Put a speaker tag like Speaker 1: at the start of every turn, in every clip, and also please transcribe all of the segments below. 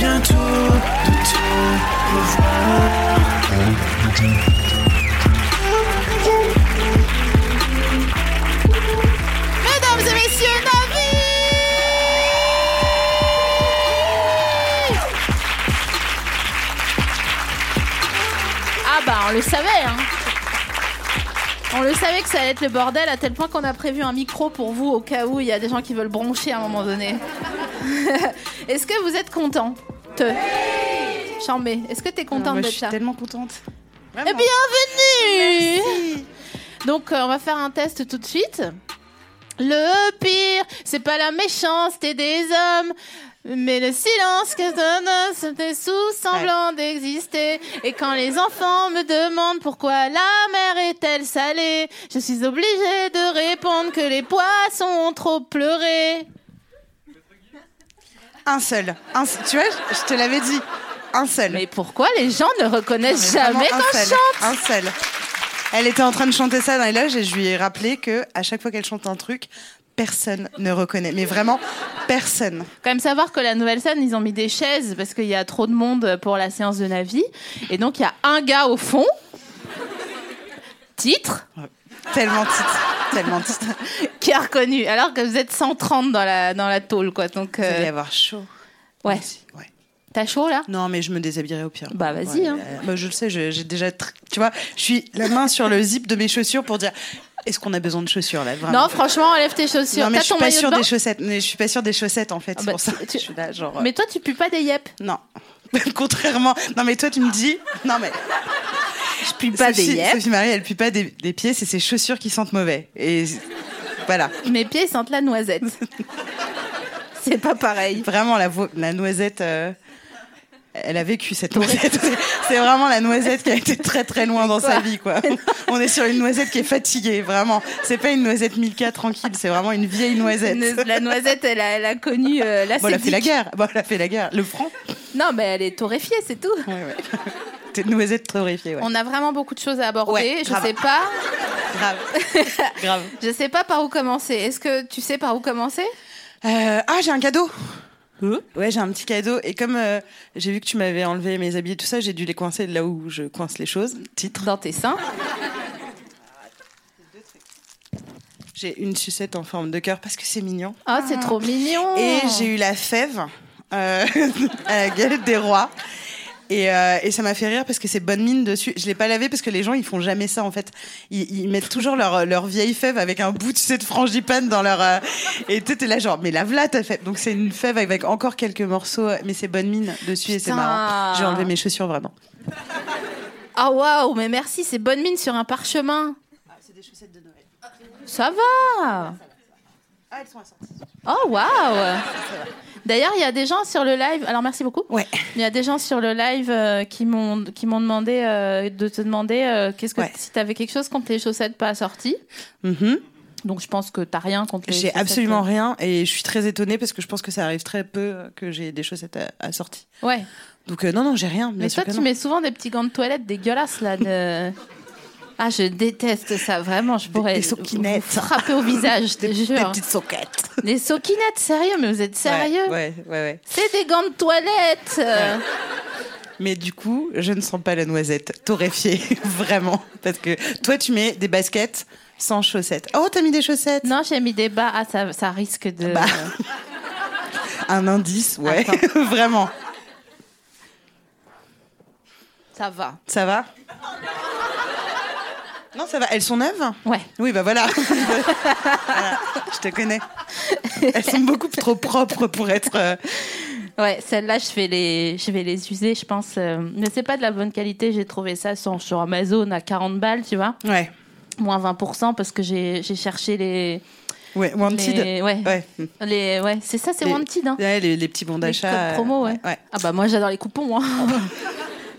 Speaker 1: Bientôt de tout revoir.
Speaker 2: Mesdames et messieurs, Navi Ah bah on le savait hein on le savait que ça allait être le bordel à tel point qu'on a prévu un micro pour vous au cas où il y a des gens qui veulent broncher à un moment donné. Est-ce que vous êtes content Chambé, est-ce que t'es
Speaker 3: Ah,
Speaker 2: contente
Speaker 3: moi,
Speaker 2: d'être
Speaker 3: Je suis
Speaker 2: là
Speaker 3: tellement contente.
Speaker 2: Et Eh bienvenue Donc euh, on va faire un test tout de suite. Le pire, c'est pas la méchanceté des hommes, mais le silence que donne c'était sous semblant d'exister. Et quand les enfants me demandent pourquoi la mer est-elle salée, je suis obligée de répondre que les poissons ont trop pleuré.
Speaker 3: Un seul. Un se- Tu vois, je je te l'avais dit. Un seul.
Speaker 2: Mais pourquoi les gens ne reconnaissent
Speaker 3: Vraiment
Speaker 2: jamais qu'on
Speaker 3: un seul.
Speaker 2: chante
Speaker 3: Un seul. Elle était en train de chanter ça dans les loges et je lui ai rappelé que à chaque fois qu'elle chante un truc, personne ne reconnaît. Mais vraiment, personne.
Speaker 2: quand même savoir que la nouvelle scène, ils ont mis des chaises parce qu'il y a trop de monde pour la séance de Navi. Et donc, il y a un gars au fond. Titre
Speaker 3: Tellement titre. Tellement titre.
Speaker 2: qui a reconnu, alors que vous êtes 130 dans la, dans la tôle, quoi. Donc,
Speaker 3: Il va y
Speaker 2: euh,
Speaker 3: avoir chaud.
Speaker 2: ouais.
Speaker 3: Ouais.
Speaker 2: T'as chaud là
Speaker 3: Non, mais je me déshabillerai au pire.
Speaker 2: Bah, vas-y, hein.
Speaker 3: euh, bah, je le sais, je- j'ai déjà. tr- Tu vois, je suis la main sur le zip de mes chaussures pour dire est-ce qu'on a besoin de chaussures là vraiment
Speaker 2: Non, franchement, enlève tes chaussures.
Speaker 3: Non, mais
Speaker 2: T'as
Speaker 3: je suis
Speaker 2: ton
Speaker 3: pas
Speaker 2: maillot de
Speaker 3: sûre
Speaker 2: bain
Speaker 3: des chaussettes. Mais je suis pas sûre des chaussettes en fait.
Speaker 2: Ah
Speaker 3: c'est
Speaker 2: bah,
Speaker 3: pour ça.
Speaker 2: tu-
Speaker 3: que
Speaker 2: tu-
Speaker 3: Je suis là, genre. euh,
Speaker 2: Mais toi, tu pues pas des yep.
Speaker 3: Non. Contrairement. Non, mais toi, tu me dis. Non, mais.
Speaker 2: Je pue
Speaker 3: Sophie, Sophie Marie, elle pue pas des, des pieds, c'est ses chaussures qui sentent mauvais. Et voilà.
Speaker 2: Mes pieds sentent la noisette. C'est pas pareil.
Speaker 3: Vraiment, la, vo- la noisette. euh, Elle a vécu cette noisette. C'est vraiment la noisette qui a été très très loin dans sa vie, quoi. On est sur une noisette qui est fatiguée, vraiment. C'est pas une noisette Milka tranquille, c'est vraiment une vieille noisette.
Speaker 2: Une- La noisette, elle a, elle a connu euh, la
Speaker 3: Bon, elle a fait la
Speaker 2: sceptique.
Speaker 3: guerre. Bon, elle a fait la guerre. Le franc.
Speaker 2: Non, mais elle est torréfiée, c'est tout.
Speaker 3: Ouais, ouais. T'es une noisette torréfiée, ouais.
Speaker 2: On a vraiment beaucoup de choses à aborder.
Speaker 3: Ouais,
Speaker 2: je
Speaker 3: grave.
Speaker 2: sais pas.
Speaker 3: Grave. Grave.
Speaker 2: Je sais pas par où commencer. Est-ce que tu sais par où commencer
Speaker 3: Euh, ah, j'ai un cadeau. ouais, j'ai un petit cadeau. Et comme euh, j'ai vu que tu m'avais enlevé mes habits et tout ça, j'ai dû les coincer là où je coince les choses. Titre.
Speaker 2: Dans tes seins.
Speaker 3: J'ai une sucette en forme de cœur parce que c'est mignon.
Speaker 2: Oh, c'est trop mignon.
Speaker 3: Ah. Et j'ai eu la fève euh, à la galette des rois. Et, euh, et ça m'a fait rire parce que c'est bonne mine dessus. Je l'ai pas lavé parce que les gens ils font jamais ça en fait. Ils, ils mettent toujours leur, leur vieille fève avec un bout tu sais, de frangipane dans leur. euh, et tu es là genre mais lave-la ta fève. Donc c'est une fève avec encore quelques morceaux mais c'est bonne mine dessus et c'est
Speaker 2: Putain.
Speaker 3: marrant. J'ai enlevé mes chaussures vraiment.
Speaker 2: Ah waouh, mais merci, c'est bonne mine sur un parchemin. C'est des chaussettes de Noël. Ça va.
Speaker 3: Ah elles sont assorties.
Speaker 2: Oh waouh. D'ailleurs, il y a des gens sur le live. Alors merci beaucoup.
Speaker 3: Ouais.
Speaker 2: Il y a des gens sur le live euh, qui m'ont qui m'ont demandé euh, de te demander euh, qu'est-ce que
Speaker 3: Ouais.
Speaker 2: si t'avais quelque chose contre les chaussettes pas assorties.
Speaker 3: Mhm.
Speaker 2: Donc je pense que t'as rien contre les.
Speaker 3: J'ai
Speaker 2: chaussettes, euh.
Speaker 3: absolument rien et je suis très étonnée parce que je pense que ça arrive très peu euh, que j'ai des chaussettes à- assorties.
Speaker 2: euh. Ouais.
Speaker 3: Donc euh, non non j'ai rien. bien
Speaker 2: Mais
Speaker 3: sûr
Speaker 2: toi,
Speaker 3: que
Speaker 2: tu
Speaker 3: non.
Speaker 2: mets souvent des petits gants de toilette dégueulasses, là. De... Ah, je déteste ça, vraiment. Je pourrais
Speaker 3: des socquinettes.
Speaker 2: vous frapper au visage, je te
Speaker 3: des
Speaker 2: jure.
Speaker 3: petites soquettes.
Speaker 2: Des socquinettes, sérieux, mais vous êtes sérieux
Speaker 3: ouais, ouais, ouais, ouais.
Speaker 2: C'est des gants de toilette euh.
Speaker 3: Mais du coup, je ne sens pas la noisette torréfiée, vraiment. Parce que toi, tu mets des baskets sans chaussettes. Oh, t'as mis des chaussettes
Speaker 2: Non, j'ai mis des bas. Ah, ça, ça risque de...
Speaker 3: Bah. Un indice, ouais. vraiment.
Speaker 2: Ça va.
Speaker 3: Ça va Non, ça va. Elles sont neuves
Speaker 2: Ouais.
Speaker 3: Oui, bah voilà. Voilà, Je te connais. Elles sont beaucoup trop propres pour être. euh,
Speaker 2: Ouais, celle-là, je vais les, je vais les user, je pense. euh, mais c'est pas de la bonne qualité. J'ai trouvé ça sur, sur Amazon à 40 balles, tu vois,
Speaker 3: Ouais.
Speaker 2: moins 20% parce que j'ai j'ai cherché les,
Speaker 3: Ouais, Wanted.
Speaker 2: Les- ouais.
Speaker 3: Ouais. Mm.
Speaker 2: les, ouais, c'est ça, c'est
Speaker 3: Les-
Speaker 2: Wanted. Hein.
Speaker 3: Ouais, les, les petits bons
Speaker 2: Les
Speaker 3: d'achat.
Speaker 2: codes
Speaker 3: euh,
Speaker 2: promo, ouais.
Speaker 3: ouais.
Speaker 2: Ah bah moi, j'adore les coupons. Hein.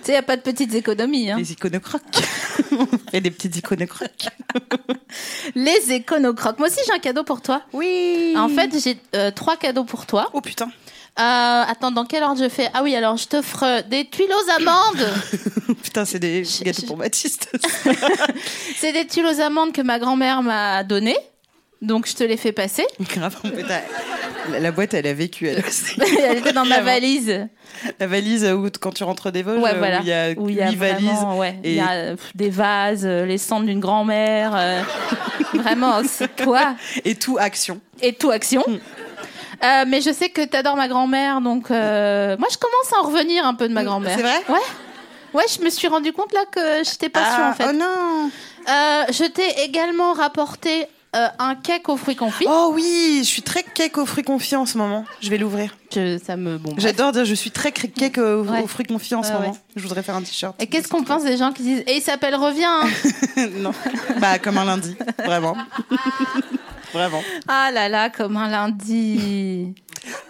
Speaker 2: tu sais, y a pas de petites économies. Hein.
Speaker 3: Les iconocroques. Et des petites iconocroques.
Speaker 2: Les éconocroques. Moi aussi, j'ai un cadeau pour toi.
Speaker 3: Oui.
Speaker 2: En fait, j'ai euh, trois cadeaux pour toi.
Speaker 3: Oh putain.
Speaker 2: Euh, attends, dans quel ordre je fais Ah oui, alors je t'offre euh, des tuiles aux amandes.
Speaker 3: Putain, c'est des
Speaker 2: Je-
Speaker 3: gâteaux
Speaker 2: je-
Speaker 3: pour Baptiste.
Speaker 2: c'est des tuiles aux amandes que ma grand-mère m'a données. Donc je te les fais passer.
Speaker 3: Grave, en fait, elle- la, la boîte, elle a vécu, elle aussi.
Speaker 2: Elle était dans ma
Speaker 3: Clairement.
Speaker 2: valise.
Speaker 3: La valise euh, où, t- quand tu rentres des Vosges,
Speaker 2: Ouais,
Speaker 3: euh,
Speaker 2: voilà.
Speaker 3: où il y a
Speaker 2: Où
Speaker 3: huit
Speaker 2: il y a
Speaker 3: valises.
Speaker 2: vraiment, ouais, il
Speaker 3: et-
Speaker 2: y a euh, pff, des vases, euh, les cendres d'une grand-mère. euh, vraiment, c'est toi.
Speaker 3: Et tout action.
Speaker 2: Et tout action.
Speaker 3: Mm.
Speaker 2: Euh, mais je sais que t'adores ma grand-mère, donc euh, moi je commence à en revenir un peu de ma grand-mère.
Speaker 3: Mm, C'est vrai
Speaker 2: Ouais. Ouais, je me suis rendu compte là que j'étais pas sûre Ah, en fait.
Speaker 3: Oh non
Speaker 2: Euh, je t'ai également rapporté euh, un cake aux fruits confits.
Speaker 3: Oh oui, je suis très cake aux fruits confits en ce moment. Je vais l'ouvrir.
Speaker 2: Je- ça me bon. bref.
Speaker 3: J'adore dire je suis très cri- cake aux,
Speaker 2: Ouais.
Speaker 3: aux fruits confits en ce
Speaker 2: Ouais,
Speaker 3: moment.
Speaker 2: ouais.
Speaker 3: Je voudrais faire un t-shirt.
Speaker 2: Et qu'est-ce qu'on pense des gens qui disent et il s'appelle revient hein
Speaker 3: non. Bah, comme un lundi. Vraiment. Vraiment.
Speaker 2: Ah là là, comme un lundi.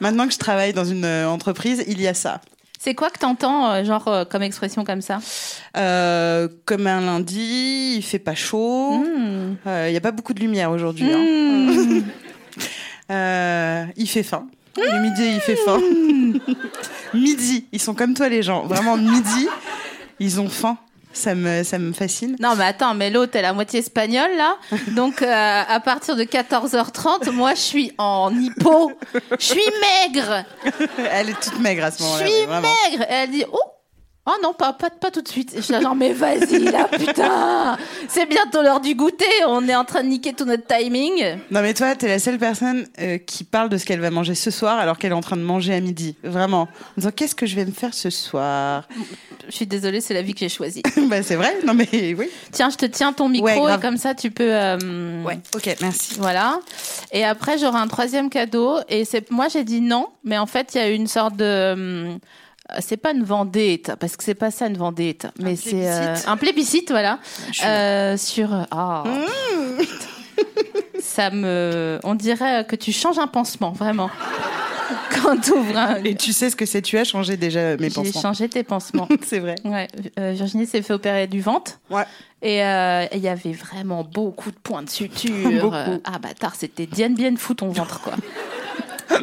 Speaker 3: Maintenant que je travaille dans une euh, entreprise, il y a ça.
Speaker 2: C'est quoi que t'entends euh, genre euh, comme expression comme ça
Speaker 3: Euh, comme un lundi, il fait pas chaud. Euh,
Speaker 2: Mmh.
Speaker 3: Il y a pas beaucoup de lumière aujourd'hui. hein.
Speaker 2: Mmh.
Speaker 3: Euh, il fait faim. Le midi, il fait faim.
Speaker 2: Mmh.
Speaker 3: midi, ils sont comme toi les gens. Vraiment, midi, ils ont faim. Ça me, ça me fascine.
Speaker 2: Non mais attends, mais l'autre elle est à moitié espagnole là. Donc euh, à partir de 14h30, moi je suis en hippo. Je suis maigre.
Speaker 3: Elle est toute maigre à ce
Speaker 2: Je
Speaker 3: moment-là.
Speaker 2: suis
Speaker 3: ouais, vraiment.
Speaker 2: maigre. Et elle dit oh. Oh non, pas, pas, pas tout de suite. Et Je suis là, genre, mais vas-y, là, putain! C'est bientôt l'heure du goûter, on est en train de niquer tout notre timing.
Speaker 3: Non mais toi, t'es la seule personne euh, qui parle de ce qu'elle va manger ce soir alors qu'elle est en train de manger à midi. Vraiment. En disant qu'est-ce que je vais me faire ce soir
Speaker 2: Je suis désolée, c'est la vie que j'ai choisie.
Speaker 3: Bah c'est vrai. Non mais oui.
Speaker 2: Tiens, je te tiens ton micro
Speaker 3: Ouais,
Speaker 2: et
Speaker 3: grave.
Speaker 2: comme ça, tu peux. euh,
Speaker 3: Ok, merci.
Speaker 2: Voilà. Et après, j'aurai un troisième cadeau. Et c'est moi, j'ai dit non, mais en fait, il y a eu une sorte de. euh, C'est pas une vendette, parce que c'est pas ça une vendette, mais c'est euh,
Speaker 3: plébiscite.
Speaker 2: un plébiscite, voilà.
Speaker 3: suis Mmh.
Speaker 2: Euh, sur. euh, ah. Ça me. On dirait que tu changes un pansement, vraiment. Quand tu ouvres un.
Speaker 3: Et tu sais ce que c'est Tu as changé déjà mes
Speaker 2: J'ai
Speaker 3: pansements.
Speaker 2: changé tes pansements.
Speaker 3: c'est vrai.
Speaker 2: Ouais, euh, Virginie s'est fait opérer du ventre.
Speaker 3: Ouais.
Speaker 2: Et euh, et il y avait vraiment beaucoup de points de suture.
Speaker 3: Beaucoup.
Speaker 2: Euh, Ah, bâtard, c'était Diane Bien fou ton ventre, quoi.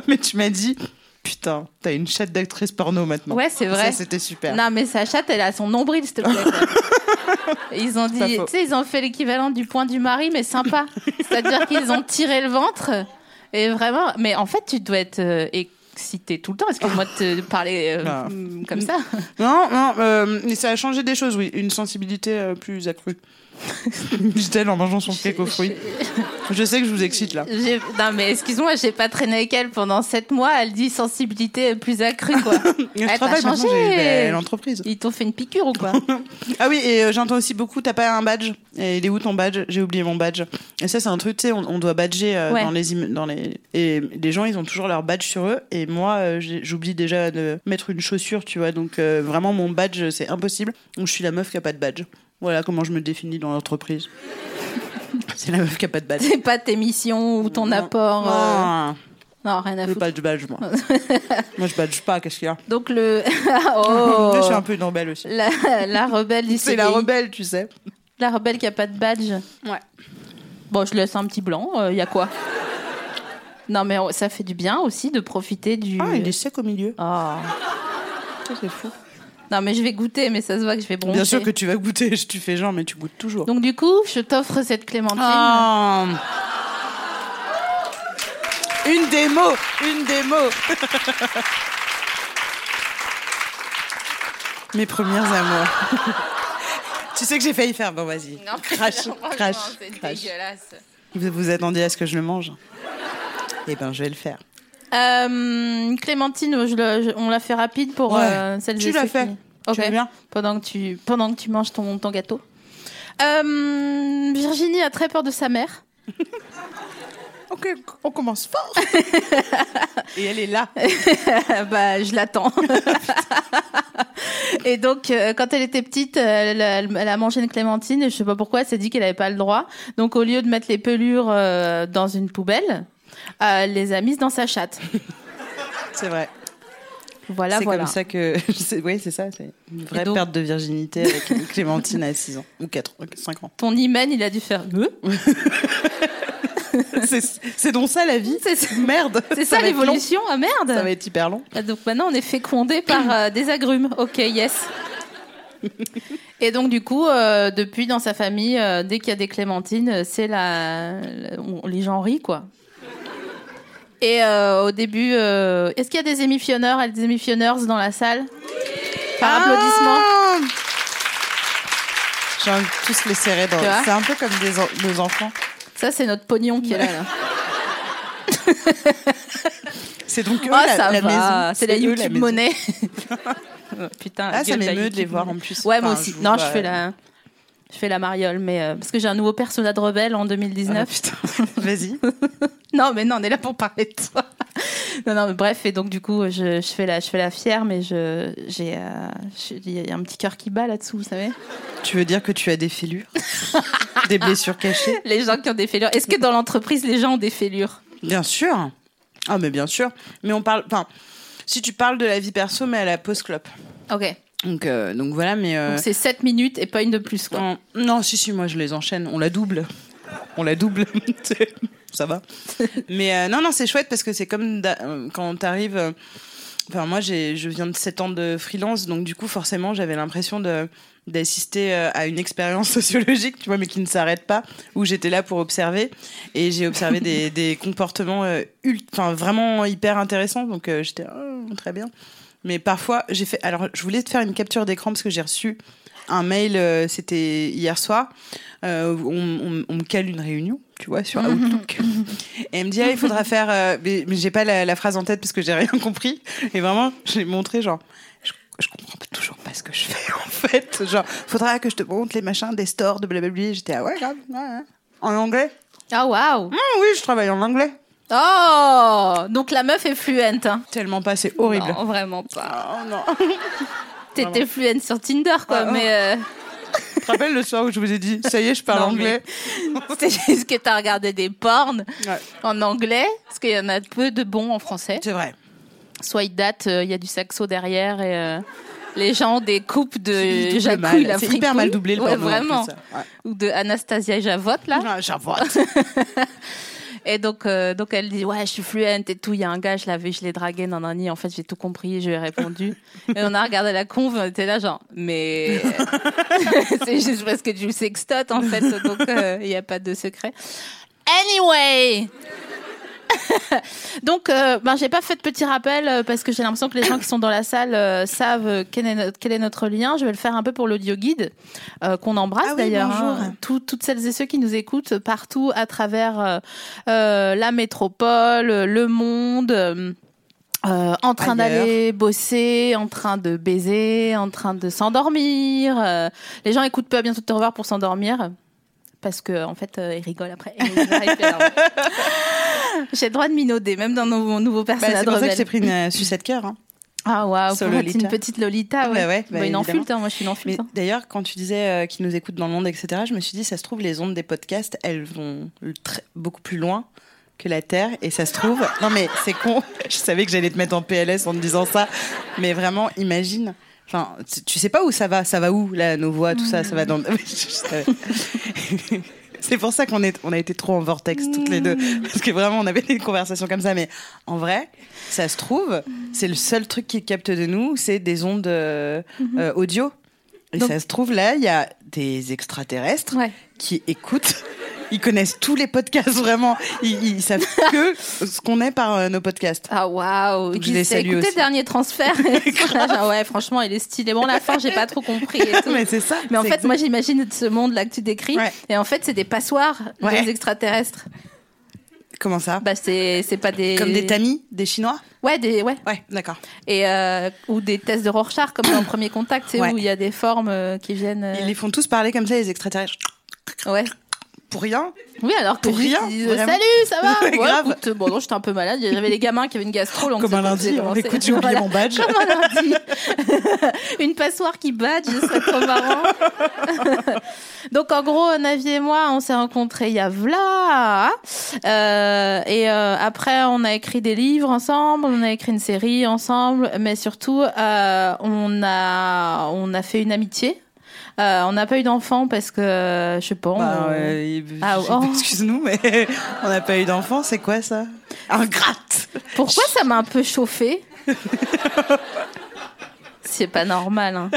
Speaker 3: Mais tu m'as dit, putain, t'as une chatte d'actrice porno maintenant.
Speaker 2: Ouais, c'est vrai.
Speaker 3: Ça, c'était super.
Speaker 2: non, mais sa chatte, elle a son nombril, s'il te plaît. quoi. ils ont
Speaker 3: Pas
Speaker 2: dit,
Speaker 3: faux.
Speaker 2: tu sais, ils ont fait l'équivalent du point du mari, mais sympa. C'est-à-dire qu'ils ont tiré le ventre. Et vraiment, mais en fait, tu dois être euh, excité tout le temps. Excuse-moi de te parler euh,
Speaker 3: Ah.
Speaker 2: comme ça.
Speaker 3: Non, non, euh, mais ça a changé des choses, oui. Une sensibilité euh, plus accrue. Dit-elle en mangeant son cake aux fruits. Je sais que je vous excite là.
Speaker 2: J'ai- Non, mais excuse-moi, j'ai pas traîné avec elle pendant sept mois. Elle dit sensibilité plus accrue, quoi.
Speaker 3: Je
Speaker 2: Elle
Speaker 3: travaille
Speaker 2: t'a
Speaker 3: maintenant,
Speaker 2: changé.
Speaker 3: j'ai ben, une belle entreprise.
Speaker 2: Ils t'ont fait une piqûre ou quoi
Speaker 3: Ah oui, et euh, j'entends aussi beaucoup, t'as pas un badge Et il est où ton badge J'ai oublié mon badge. Et ça, c'est un truc, tu sais, on, on doit badger euh,
Speaker 2: Ouais.
Speaker 3: dans, les im- dans les. Et les gens, ils ont toujours leur badge sur eux. Et moi, euh, j'ai- j'oublie déjà de mettre une chaussure, tu vois. Donc euh, vraiment, mon badge, c'est impossible. Donc je suis la meuf qui a pas de badge. Voilà comment je me définis dans l'entreprise. c'est la meuf qui a pas de badge.
Speaker 2: C'est pas tes missions ou ton
Speaker 3: Oh.
Speaker 2: apport. euh,
Speaker 3: Non,
Speaker 2: Non, rien à
Speaker 3: j'ai
Speaker 2: foutre.
Speaker 3: pas de badge, moi. moi, je badge pas, qu'est-ce qu'il y a
Speaker 2: Donc le. Oh.
Speaker 3: Je suis un peu une rebelle aussi.
Speaker 2: La, la rebelle du
Speaker 3: C'est la
Speaker 2: CDI.
Speaker 3: rebelle, tu sais.
Speaker 2: La rebelle qui a pas de badge.
Speaker 3: Ouais.
Speaker 2: Bon, je laisse un petit blanc. Il y a quoi Non, mais on- ça fait du bien aussi de profiter du.
Speaker 3: Ah, il est sec au milieu.
Speaker 2: Ah.
Speaker 3: Ça, c'est fou.
Speaker 2: Non, mais je vais goûter, mais ça se voit que je vais bronzer.
Speaker 3: Bien sûr que tu vas goûter, je- tu fais genre, mais tu goûtes toujours.
Speaker 2: Donc du coup, je t'offre cette clémentine.
Speaker 3: Ah. Une démo, une démo. Mes premières amours. tu sais que j'ai failli faire, bon vas-y. Crash, crash, crash.
Speaker 2: dégueulasse.
Speaker 3: Vous vous attendiez à ce que je le mange Eh ben, je vais le faire.
Speaker 2: Euh, Clémentine, je le- je- on l'a fait rapide pour
Speaker 3: Ouais.
Speaker 2: euh, celles
Speaker 3: Tu
Speaker 2: et
Speaker 3: l'as
Speaker 2: ceux
Speaker 3: fait.
Speaker 2: qui-
Speaker 3: Tu
Speaker 2: Ok.
Speaker 3: vas bien
Speaker 2: Pendant que tu pendant que tu manges ton ton gâteau. Euh, Virginie a très peur de sa mère.
Speaker 3: Ok. que- on commence fort. Et elle est là.
Speaker 2: bah, je l'attends. et donc, euh, quand elle était petite, elle, elle- elle a mangé une clémentine et je sais pas pourquoi, elle s'est dit qu'elle avait pas le droit. Donc, au lieu de mettre les pelures euh, dans une poubelle, euh, elle les a mises dans sa chatte.
Speaker 3: C'est vrai.
Speaker 2: Voilà,
Speaker 3: c'est
Speaker 2: voilà.
Speaker 3: comme ça que. c'est- Oui, c'est ça. C'est une vraie
Speaker 2: Et donc-
Speaker 3: perte de virginité avec une Clémentine à 6 ans. Ou 4, 5 ans.
Speaker 2: Ton hymen, il a dû faire. Euh
Speaker 3: C'est c'est donc ça la vie
Speaker 2: C'est ça.
Speaker 3: Merde
Speaker 2: C'est ça,
Speaker 3: va être long.
Speaker 2: l'évolution Ah merde
Speaker 3: Ça va être hyper long.
Speaker 2: Ah, Donc maintenant, on est fécondé par euh, des agrumes. Ok, yes. Et donc du coup, euh, depuis dans sa famille, euh, dès qu'il y a des clémentines, euh, c'est la, la- on- les gens rient quoi. Et euh, au début, euh, est-ce qu'il y a des émissionneurs et des émissionneurs dans la salle Par applaudissement.
Speaker 3: Ah J'ai envie de tous les serrer dans.
Speaker 2: Tu vois
Speaker 3: C'est un peu comme des en- nos enfants.
Speaker 2: Ça, c'est notre pognon qui est là. là.
Speaker 3: C'est donc eux,
Speaker 2: Ah,
Speaker 3: la,
Speaker 2: ça
Speaker 3: la
Speaker 2: va,
Speaker 3: maison.
Speaker 2: c'est la
Speaker 3: eux,
Speaker 2: YouTube
Speaker 3: maison.
Speaker 2: monnaie. Putain, la
Speaker 3: Ah, ça
Speaker 2: gueule de la
Speaker 3: m'émeut de les
Speaker 2: YouTube
Speaker 3: voir en
Speaker 2: monnaie.
Speaker 3: plus.
Speaker 2: Ouais, moi
Speaker 3: Enfin,
Speaker 2: aussi.
Speaker 3: je
Speaker 2: non,
Speaker 3: vois- Ah,
Speaker 2: je euh, fais la, je fais la mariole, mais euh, parce que j'ai un nouveau persona de rebelle en 2019.
Speaker 3: Ah, putain. Vas-y.
Speaker 2: Non, mais non, on est là pour parler de toi. Non, non, mais bref, et donc du coup, je, je fais la, je fais la fière, mais je, j'ai, euh, je- il y a un petit cœur qui bat là-dessous, vous savez.
Speaker 3: Tu veux dire que tu as des fêlures Des blessures cachées
Speaker 2: Les gens qui ont des fêlures. Est-ce que dans l'entreprise, les gens ont des fêlures
Speaker 3: Bien sûr. Ah, mais bien sûr. Mais on parle. Enfin, si tu parles de la vie perso, mais à la post-clope.
Speaker 2: Ok. Donc
Speaker 3: Donc, euh, donc voilà, mais. euh,
Speaker 2: c'est 7 minutes et pas une de plus, quoi.
Speaker 3: non, non, si, si, moi je les enchaîne. On la double. On la double. Ça va. Mais euh, non, non, c'est chouette parce que c'est comme d'a- euh, quand t'arrives. euh, Enfin, moi, j'ai- je viens de 7 ans de freelance, donc du coup, forcément, j'avais l'impression de d'assister euh, à une expérience sociologique, tu vois, mais qui ne s'arrête pas, où j'étais là pour observer, et j'ai observé des, des comportements euh, ult- enfin, vraiment hyper intéressants, donc euh, j'étais Ah, très bien. Mais parfois, j'ai fait... Alors, je voulais te faire une capture d'écran, parce que j'ai reçu un mail, euh, c'était hier soir, euh, on, on- on me cale une réunion, tu vois, sur Outlook. Et elle me dit, ah, il faudra faire... euh, Mais, mais j'ai pas la, la phrase en tête, parce que j'ai rien compris. Et vraiment, j'ai montré, genre... Je, je comprends toujours pas ce que je fais, en fait. Genre, faudra que je te montre les machins des stores de blablabla. J'étais, ah ouais, grave, ouais, ouais. En anglais
Speaker 2: Ah, waouh
Speaker 3: Ah oui, je travaille en anglais.
Speaker 2: Oh Donc la meuf est fluente. hein.
Speaker 3: Tellement pas, c'est horrible.
Speaker 2: Non, vraiment pas.
Speaker 3: Oh non.
Speaker 2: T'étais fluente sur Tinder, quoi,
Speaker 3: Ouais,
Speaker 2: mais
Speaker 3: Tu te rappelles le soir où je vous ai dit, ça y est, je parle
Speaker 2: Non, mais-
Speaker 3: anglais
Speaker 2: euh, c'est juste que t'as regardé des pornes
Speaker 3: Ouais.
Speaker 2: en anglais, parce qu'il y en a peu de bons en français.
Speaker 3: C'est vrai.
Speaker 2: soit ils datent, euh, il y a du saxo derrière et euh, les gens ont des coupes
Speaker 3: Il
Speaker 2: de
Speaker 3: double
Speaker 2: Jacouille,
Speaker 3: mal.
Speaker 2: la
Speaker 3: C'est hyper mal
Speaker 2: fricouille.
Speaker 3: doublé le
Speaker 2: Ouais,
Speaker 3: porno, en
Speaker 2: vraiment.
Speaker 3: plus, ça. Ouais.
Speaker 2: Ou de Anastasia Javotte, là.
Speaker 3: Ah, j'avoue.
Speaker 2: Et donc, euh, donc elle dit Ouais, je suis fluente et tout. Il y a un gars, je l'avais, je l'ai dragué, nanani. En fait, j'ai tout compris, je lui ai répondu. et on a regardé la conve, on était là, genre, mais. C'est juste parce que tu le sextotes, en fait. Donc, euh, il n'y a pas de secret. Anyway! Donc, euh, ben, j'ai pas fait de petit rappel euh, parce que j'ai l'impression que les gens qui sont dans la salle euh, savent euh, quel est, notre, quel est notre lien. Je vais le faire un peu pour l'audio guide euh, qu'on embrasse
Speaker 3: Ah oui,
Speaker 2: d'ailleurs. hein.
Speaker 3: bonjour.
Speaker 2: Tout- toutes celles et ceux qui nous écoutent partout à travers euh, euh, la métropole, euh, le monde. euh, euh, en train
Speaker 3: Ailleurs.
Speaker 2: d'aller bosser, en train de baiser, en train de s'endormir. euh, les gens écoutent peu à bientôt te revoir pour s'endormir. Parce que en fait, euh, ils rigolent après. Ils rigolent, ils rigolent. J'ai le droit de minauder, même dans nos nouveaux
Speaker 3: Bah,
Speaker 2: personnages
Speaker 3: c'est pour ça que
Speaker 2: rebelles.
Speaker 3: j'ai pris une euh, sucette cœur. hein.
Speaker 2: ah waouh,
Speaker 3: Sur
Speaker 2: pour être
Speaker 3: Lolita.
Speaker 2: une petite Lolita,
Speaker 3: Ah
Speaker 2: ouais.
Speaker 3: bah ouais, bah
Speaker 2: Bah, une
Speaker 3: évidemment.
Speaker 2: enfulte, hein, moi je suis une
Speaker 3: Mais
Speaker 2: enfulte. hein.
Speaker 3: d'ailleurs, quand tu disais euh, qu'ils nous écoutent dans le monde, etc., je me suis dit, ça se trouve, les ondes des podcasts, elles vont le tr- beaucoup plus loin que la Terre. Et ça se trouve. Non, mais c'est con. Je savais que j'allais te mettre en PLS en te disant ça. Mais vraiment, imagine. Enfin, tu- tu sais pas où ça va. Ça va où, là, nos voix, tout ça Ça va dans. Je savais. C'est pour ça qu'on est, on a été trop en vortex toutes les deux.
Speaker 2: Mm.
Speaker 3: Parce que vraiment, on avait des conversations comme ça. Mais en vrai, ça se trouve, c'est le seul truc qu'ils captent de nous, c'est des ondes euh, euh, audio. Et
Speaker 2: Mm-hmm. Donc-
Speaker 3: ça se trouve, là, il y a des extraterrestres
Speaker 2: hein. Ouais.
Speaker 3: qui écoutent. Ils connaissent tous les podcasts, vraiment. Ils, ils savent que ce qu'on est par euh, nos podcasts.
Speaker 2: Ah waouh,
Speaker 3: Donc, je
Speaker 2: Ils
Speaker 3: les
Speaker 2: disent,
Speaker 3: salue
Speaker 2: écoutez
Speaker 3: aussi.
Speaker 2: le dernier transfert. Et voilà, genre, ouais, franchement, il est stylé. Bon, la fin, j'ai pas trop compris. et tout.
Speaker 3: Mais c'est ça.
Speaker 2: Mais en
Speaker 3: c'est
Speaker 2: fait, moi j'imagine ce monde-là que tu décris.
Speaker 3: Ouais.
Speaker 2: Et en fait, c'est des passoires
Speaker 3: Ouais.
Speaker 2: des extraterrestres.
Speaker 3: exact- Comment ça
Speaker 2: Bah, c'est c'est pas des.
Speaker 3: Comme des tamis, des Chinois
Speaker 2: Ouais, des, ouais.
Speaker 3: Ouais, d'accord.
Speaker 2: Et, euh, ou des tests de Rorschach, comme dans Premier Contact, c'est
Speaker 3: Ouais.
Speaker 2: où il y a des formes euh, qui viennent. euh,
Speaker 3: Ils les font tous parler comme ça, les extraterrestres.
Speaker 2: Ouais.
Speaker 3: pour rien.
Speaker 2: Oui, alors que
Speaker 3: Pour
Speaker 2: lui,
Speaker 3: rien,
Speaker 2: il disait,
Speaker 3: vraiment.
Speaker 2: Salut, ça va
Speaker 3: Ouais, grave.
Speaker 2: écoute, bon, non, j'étais un peu malade. Il y avait les gamins qui avaient une gastro. donc
Speaker 3: Comme
Speaker 2: c'est
Speaker 3: un
Speaker 2: bon, j'ai
Speaker 3: lundi, on
Speaker 2: commencé.
Speaker 3: écoute, j'ai oublié
Speaker 2: Voilà.
Speaker 3: mon badge.
Speaker 2: Comme un lundi. une passoire qui badge, c'est trop marrant. donc, en gros, Navi et moi, on s'est rencontrés il y a v'là. Euh, et euh, après, on a écrit des livres ensemble, on a écrit une série ensemble, mais surtout, euh, on, a, on a fait une amitié. Euh, on n'a pas eu d'enfant parce que, je sais pas, on-
Speaker 3: Bah, ouais,
Speaker 2: Ah, oh.
Speaker 3: Excuse-nous, mais on n'a pas eu d'enfant, c'est quoi ça Ingrate
Speaker 2: Pourquoi ça m'a un peu chauffé C'est pas normal. hein.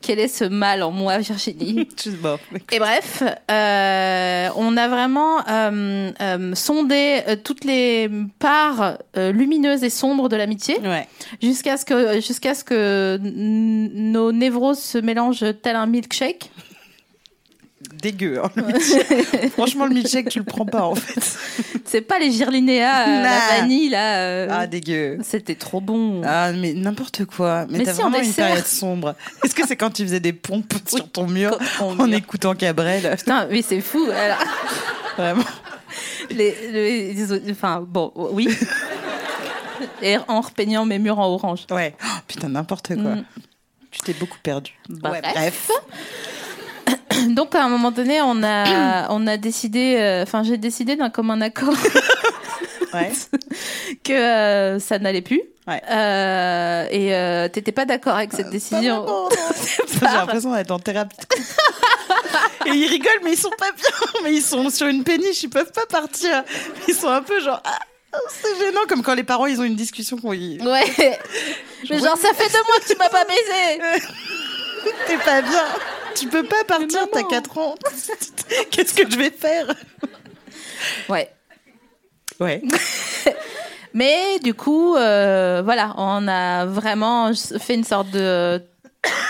Speaker 2: Quel est ce mal en moi, Virginie
Speaker 3: Je sais pas.
Speaker 2: Et bref, euh, on a vraiment euh, euh, sondé euh, toutes les parts euh, lumineuses et sombres de l'amitié
Speaker 3: Ouais.
Speaker 2: jusqu'à ce que jusqu'à ce que n- nos névroses se mélangent tel un milkshake.
Speaker 3: Dégueu. hein, le milkshake. Franchement, le milkshake, tu le prends pas en fait.
Speaker 2: C'est pas les girlinéas à la
Speaker 3: Nah.
Speaker 2: vanille là. euh,
Speaker 3: Ah, dégueu.
Speaker 2: C'était trop bon.
Speaker 3: Ah, mais n'importe quoi. Mais,
Speaker 2: Mais
Speaker 3: t'as
Speaker 2: si, en
Speaker 3: vraiment une
Speaker 2: dessert.
Speaker 3: période sombre. Est-ce que c'est quand tu faisais des pompes sur ton mur
Speaker 2: Quand on
Speaker 3: en
Speaker 2: y est.
Speaker 3: écoutant Cabrel
Speaker 2: Putain, mais c'est fou. euh, Alors,
Speaker 3: Vraiment.
Speaker 2: Les, les- les autres- enfin, bon, oui. Et en repeignant mes murs en orange.
Speaker 3: Ouais. Oh, putain, n'importe quoi.
Speaker 2: Mm.
Speaker 3: Tu t'es beaucoup perdu.
Speaker 2: Bah,
Speaker 3: Ouais,
Speaker 2: bref. Donc, à un moment donné, on a, on a décidé, euh, enfin, j'ai décidé d'un commun accord
Speaker 3: Ouais.
Speaker 2: que euh, ça n'allait plus.
Speaker 3: Ouais.
Speaker 2: Euh, et euh, t'étais pas d'accord avec cette décision.
Speaker 3: vraiment, non.
Speaker 2: Au
Speaker 3: J'ai
Speaker 2: départ.
Speaker 3: l'impression d'être en thérapie. de couple. Et ils rigolent, mais ils sont pas bien. Mais ils sont sur une péniche, ils peuvent pas partir. Ils sont un peu genre. Ah, c'est gênant, comme quand les parents ils ont une discussion. qu'on y-
Speaker 2: ouais. Mais genre, ça fait deux mois que tu m'as pas baisé.
Speaker 3: T'es pas bien. Tu peux pas partir,
Speaker 2: maman.
Speaker 3: t'as 4 ans. Qu'est-ce que je vais faire
Speaker 2: Ouais.
Speaker 3: Ouais.
Speaker 2: Mais du coup, euh, voilà, on a vraiment fait une sorte de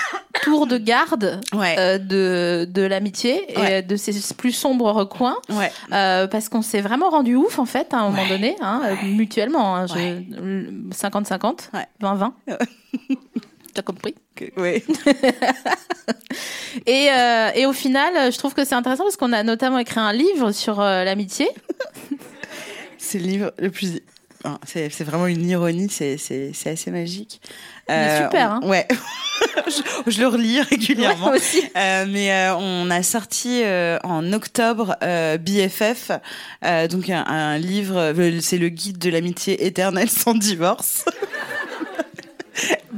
Speaker 2: tour de garde
Speaker 3: Ouais.
Speaker 2: euh, de, de l'amitié et
Speaker 3: Ouais.
Speaker 2: de ses plus sombres recoins.
Speaker 3: Ouais.
Speaker 2: euh, parce qu'on s'est vraiment rendu ouf en fait à un moment
Speaker 3: Ouais.
Speaker 2: donné, hein, euh, mutuellement, hein, je-
Speaker 3: Ouais.
Speaker 2: l- 50-50,
Speaker 3: Ouais.
Speaker 2: 20-20. T'as compris
Speaker 3: Que- Ouais.
Speaker 2: et, euh, et au final, euh, je trouve que c'est intéressant parce qu'on a notamment écrit un livre sur euh, l'amitié.
Speaker 3: C'est le livre le plus. Ah, C'est c'est vraiment une ironie, c'est- c'est c'est assez magique. Euh,
Speaker 2: est super, hein.
Speaker 3: Ouais. je, je le relis régulièrement.
Speaker 2: Ouais, aussi.
Speaker 3: Euh, mais euh, on a sorti euh, en octobre euh, BFF, euh, donc un, un livre, euh, c'est le guide de l'amitié éternelle sans divorce.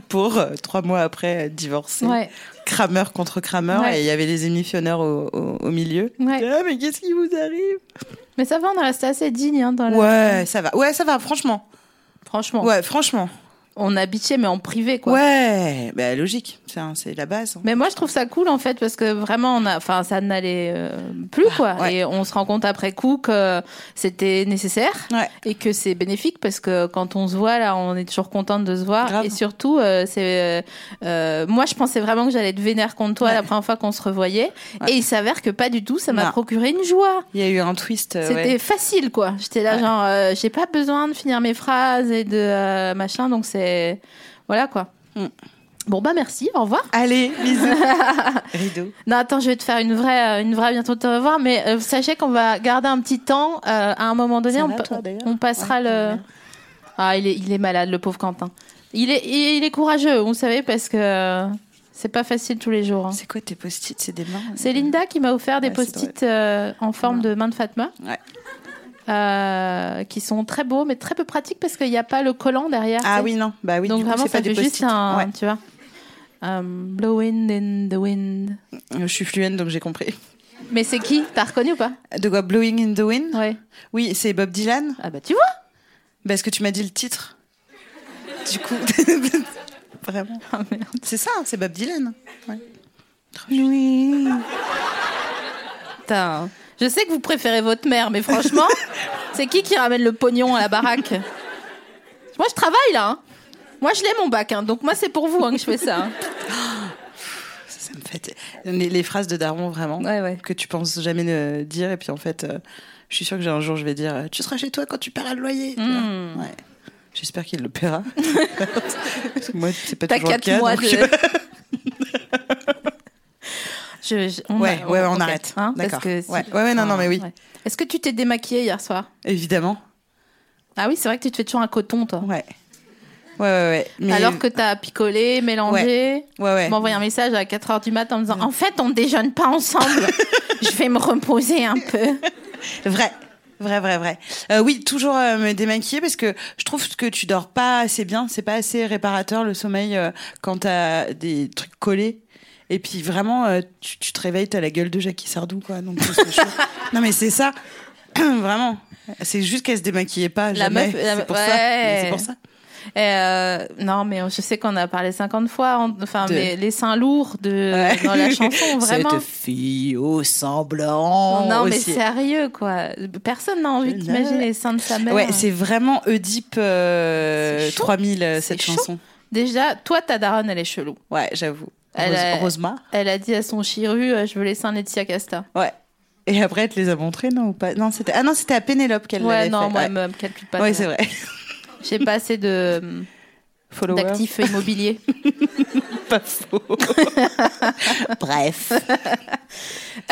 Speaker 3: Pour euh, trois mois après euh, divorcer,
Speaker 2: Ouais,
Speaker 3: Kramer contre Kramer,
Speaker 2: Ouais.
Speaker 3: et il y avait les émissionneurs au, au- au milieu.
Speaker 2: ouais.
Speaker 3: Ah, mais qu'est-ce qui vous arrive
Speaker 2: Mais ça va, on est resté assez digne hein, dans la-
Speaker 3: Ouais, ça va. Ouais, ça va, franchement.
Speaker 2: Franchement,
Speaker 3: Ouais, franchement.
Speaker 2: on a bitché mais en privé quoi.
Speaker 3: Ouais, bah, logique, c'est un- c'est la base. hein.
Speaker 2: Mais moi, je trouve ça cool en fait parce que vraiment, on a, enfin, ça n'allait euh, plus quoi.
Speaker 3: ouais.
Speaker 2: Et on se rend compte après coup que c'était nécessaire
Speaker 3: Ouais.
Speaker 2: et que c'est bénéfique parce que quand on se voit là, on est toujours contente de se voir.
Speaker 3: Grave.
Speaker 2: Et surtout, euh, c'est, euh, euh, moi, je pensais vraiment que j'allais être vénère contre toi
Speaker 3: Ouais.
Speaker 2: la première fois qu'on se revoyait.
Speaker 3: Ouais.
Speaker 2: Et il s'avère que pas du tout. Ça m'a
Speaker 3: Non.
Speaker 2: procuré une joie.
Speaker 3: Il y a eu un twist. euh,
Speaker 2: C'était
Speaker 3: ouais.
Speaker 2: facile quoi. J'étais là
Speaker 3: Ouais.
Speaker 2: genre, euh, j'ai pas besoin de finir mes phrases et de euh, machin. Donc c'est, voilà quoi.
Speaker 3: Mm.
Speaker 2: Bon bah merci. Au revoir.
Speaker 3: Allez, bisous. Rideau.
Speaker 2: Non, attends, je vais te faire une vraie, euh, une vraie bientôt te revoir, mais euh, sachez qu'on va garder un petit temps. euh, à un moment donné,
Speaker 3: Ça
Speaker 2: on,
Speaker 3: va,
Speaker 2: pa-
Speaker 3: toi, d'ailleurs
Speaker 2: on passera
Speaker 3: Ouais, ça
Speaker 2: le. Ah, il est, il est malade, le pauvre Quentin. Il est, il, il est courageux, vous savez, parce que euh, c'est pas facile tous les jours. hein.
Speaker 3: C'est quoi tes post-it C'est des mains
Speaker 2: C'est Linda qui m'a offert des
Speaker 3: Ouais, c'est
Speaker 2: post-it euh, en forme de main de Fatma.
Speaker 3: Ouais.
Speaker 2: Euh, qui sont très beaux, mais très peu pratiques parce qu'il n'y a pas le collant derrière. tu
Speaker 3: Ah
Speaker 2: sais.
Speaker 3: oui, non. Bah oui,
Speaker 2: Donc
Speaker 3: du coup,
Speaker 2: vraiment,
Speaker 3: c'est
Speaker 2: ça
Speaker 3: pas des
Speaker 2: fait juste
Speaker 3: post-it.
Speaker 2: un.
Speaker 3: Ouais.
Speaker 2: Tu vois. Euh, blowing in the wind.
Speaker 3: Je suis fluente, donc j'ai compris.
Speaker 2: Mais c'est qui T'as reconnu ou pas
Speaker 3: De quoi Blowing in the Wind
Speaker 2: Ouais.
Speaker 3: Oui, c'est Bob Dylan.
Speaker 2: Ah bah tu vois
Speaker 3: Bah, est-ce que tu m'as dit le titre Du coup. vraiment.
Speaker 2: Ah, merde.
Speaker 3: C'est ça, c'est Bob Dylan. Ouais.
Speaker 2: Oui Putain. Je sais que vous préférez votre mère, mais franchement, c'est qui qui ramène le pognon à la baraque Moi, je travaille là. hein. Moi, je l'ai mon bac, hein. donc moi, c'est pour vous hein, que je fais ça. hein.
Speaker 3: Ça, ça me fait. Les, les phrases de Daron, vraiment.
Speaker 2: Ouais, ouais.
Speaker 3: Que tu penses jamais euh, dire. Et puis en fait, euh, je suis sûre que j'ai un jour, je vais dire euh, Tu seras chez toi quand tu paieras le loyer. Tu vois.
Speaker 2: Mm.
Speaker 3: Ouais. J'espère qu'il le paiera. Parce que moi, c'est pas
Speaker 2: T'as
Speaker 3: toujours le
Speaker 2: quatre
Speaker 3: cas.
Speaker 2: mois
Speaker 3: donc-
Speaker 2: de. Je- je- on
Speaker 3: Ouais,
Speaker 2: a-
Speaker 3: ouais, on
Speaker 2: ok,
Speaker 3: arrête.
Speaker 2: hein, parce
Speaker 3: D'accord.
Speaker 2: que si-
Speaker 3: Ouais, ouais, ouais, non, non, mais oui.
Speaker 2: Est-ce que tu t'es démaquillée hier soir
Speaker 3: Évidemment.
Speaker 2: Ah oui, c'est vrai que tu te fais toujours un coton, toi.
Speaker 3: Ouais. Ouais, ouais, ouais. Mais-
Speaker 2: Alors que t'as picolé, mélangé.
Speaker 3: Ouais, ouais.
Speaker 2: Tu m'envoies un message à 4h du matin en me disant En fait, on déjeune pas ensemble. Je vais me reposer un peu.
Speaker 3: Vrai. Vrai, vrai, vrai. Euh, oui, toujours euh, me démaquiller parce que je trouve que tu dors pas assez bien. C'est pas assez réparateur le sommeil euh, quand t'as des trucs collés. Et puis vraiment, euh, tu, tu te réveilles, t'as la gueule de Jackie Sardou, quoi. Donc, c'est chaud. non, mais c'est ça. vraiment. C'est juste qu'elle se démaquillait pas.
Speaker 2: La
Speaker 3: jamais.
Speaker 2: meuf, la
Speaker 3: c'est
Speaker 2: meuf-
Speaker 3: pour, ça.
Speaker 2: ouais.
Speaker 3: C'est pour ça.
Speaker 2: Et, euh, non, mais je sais qu'on a parlé 50 fois. en- Enfin,
Speaker 3: De-
Speaker 2: mais les seins lourds de,
Speaker 3: Ouais.
Speaker 2: dans la chanson, vraiment.
Speaker 3: Cette fille au semblant.
Speaker 2: Non, mais
Speaker 3: aussi.
Speaker 2: sérieux, quoi. Personne n'a envie
Speaker 3: Je
Speaker 2: d'imaginer
Speaker 3: n'ai-
Speaker 2: les seins de sa mère.
Speaker 3: Ouais, c'est vraiment Oedipe euh,
Speaker 2: Bah C'est chaud.
Speaker 3: 3000, euh,
Speaker 2: C'est
Speaker 3: cette
Speaker 2: chaud.
Speaker 3: chanson.
Speaker 2: Déjà, toi, ta daronne, elle est chelou.
Speaker 3: Ouais, j'avoue.
Speaker 2: Elle
Speaker 3: Rose-
Speaker 2: a-
Speaker 3: Rosemar.
Speaker 2: Elle a dit à son chiru euh, Je veux les seins de Laetitia Casta.
Speaker 3: Ouais. Et après, elle te les a montrés, non ou pas Non, c'était ah non, c'était à Pénélope qu'elle
Speaker 2: Ouais,
Speaker 3: l'avait
Speaker 2: non,
Speaker 3: fait.
Speaker 2: moi,
Speaker 3: ouais.
Speaker 2: elle me me calcule pas.
Speaker 3: Ouais,
Speaker 2: celle-là.
Speaker 3: c'est vrai.
Speaker 2: J'ai pas assez de euh,
Speaker 3: Follower.
Speaker 2: d'actifs immobiliers.
Speaker 3: pas faux. Bref.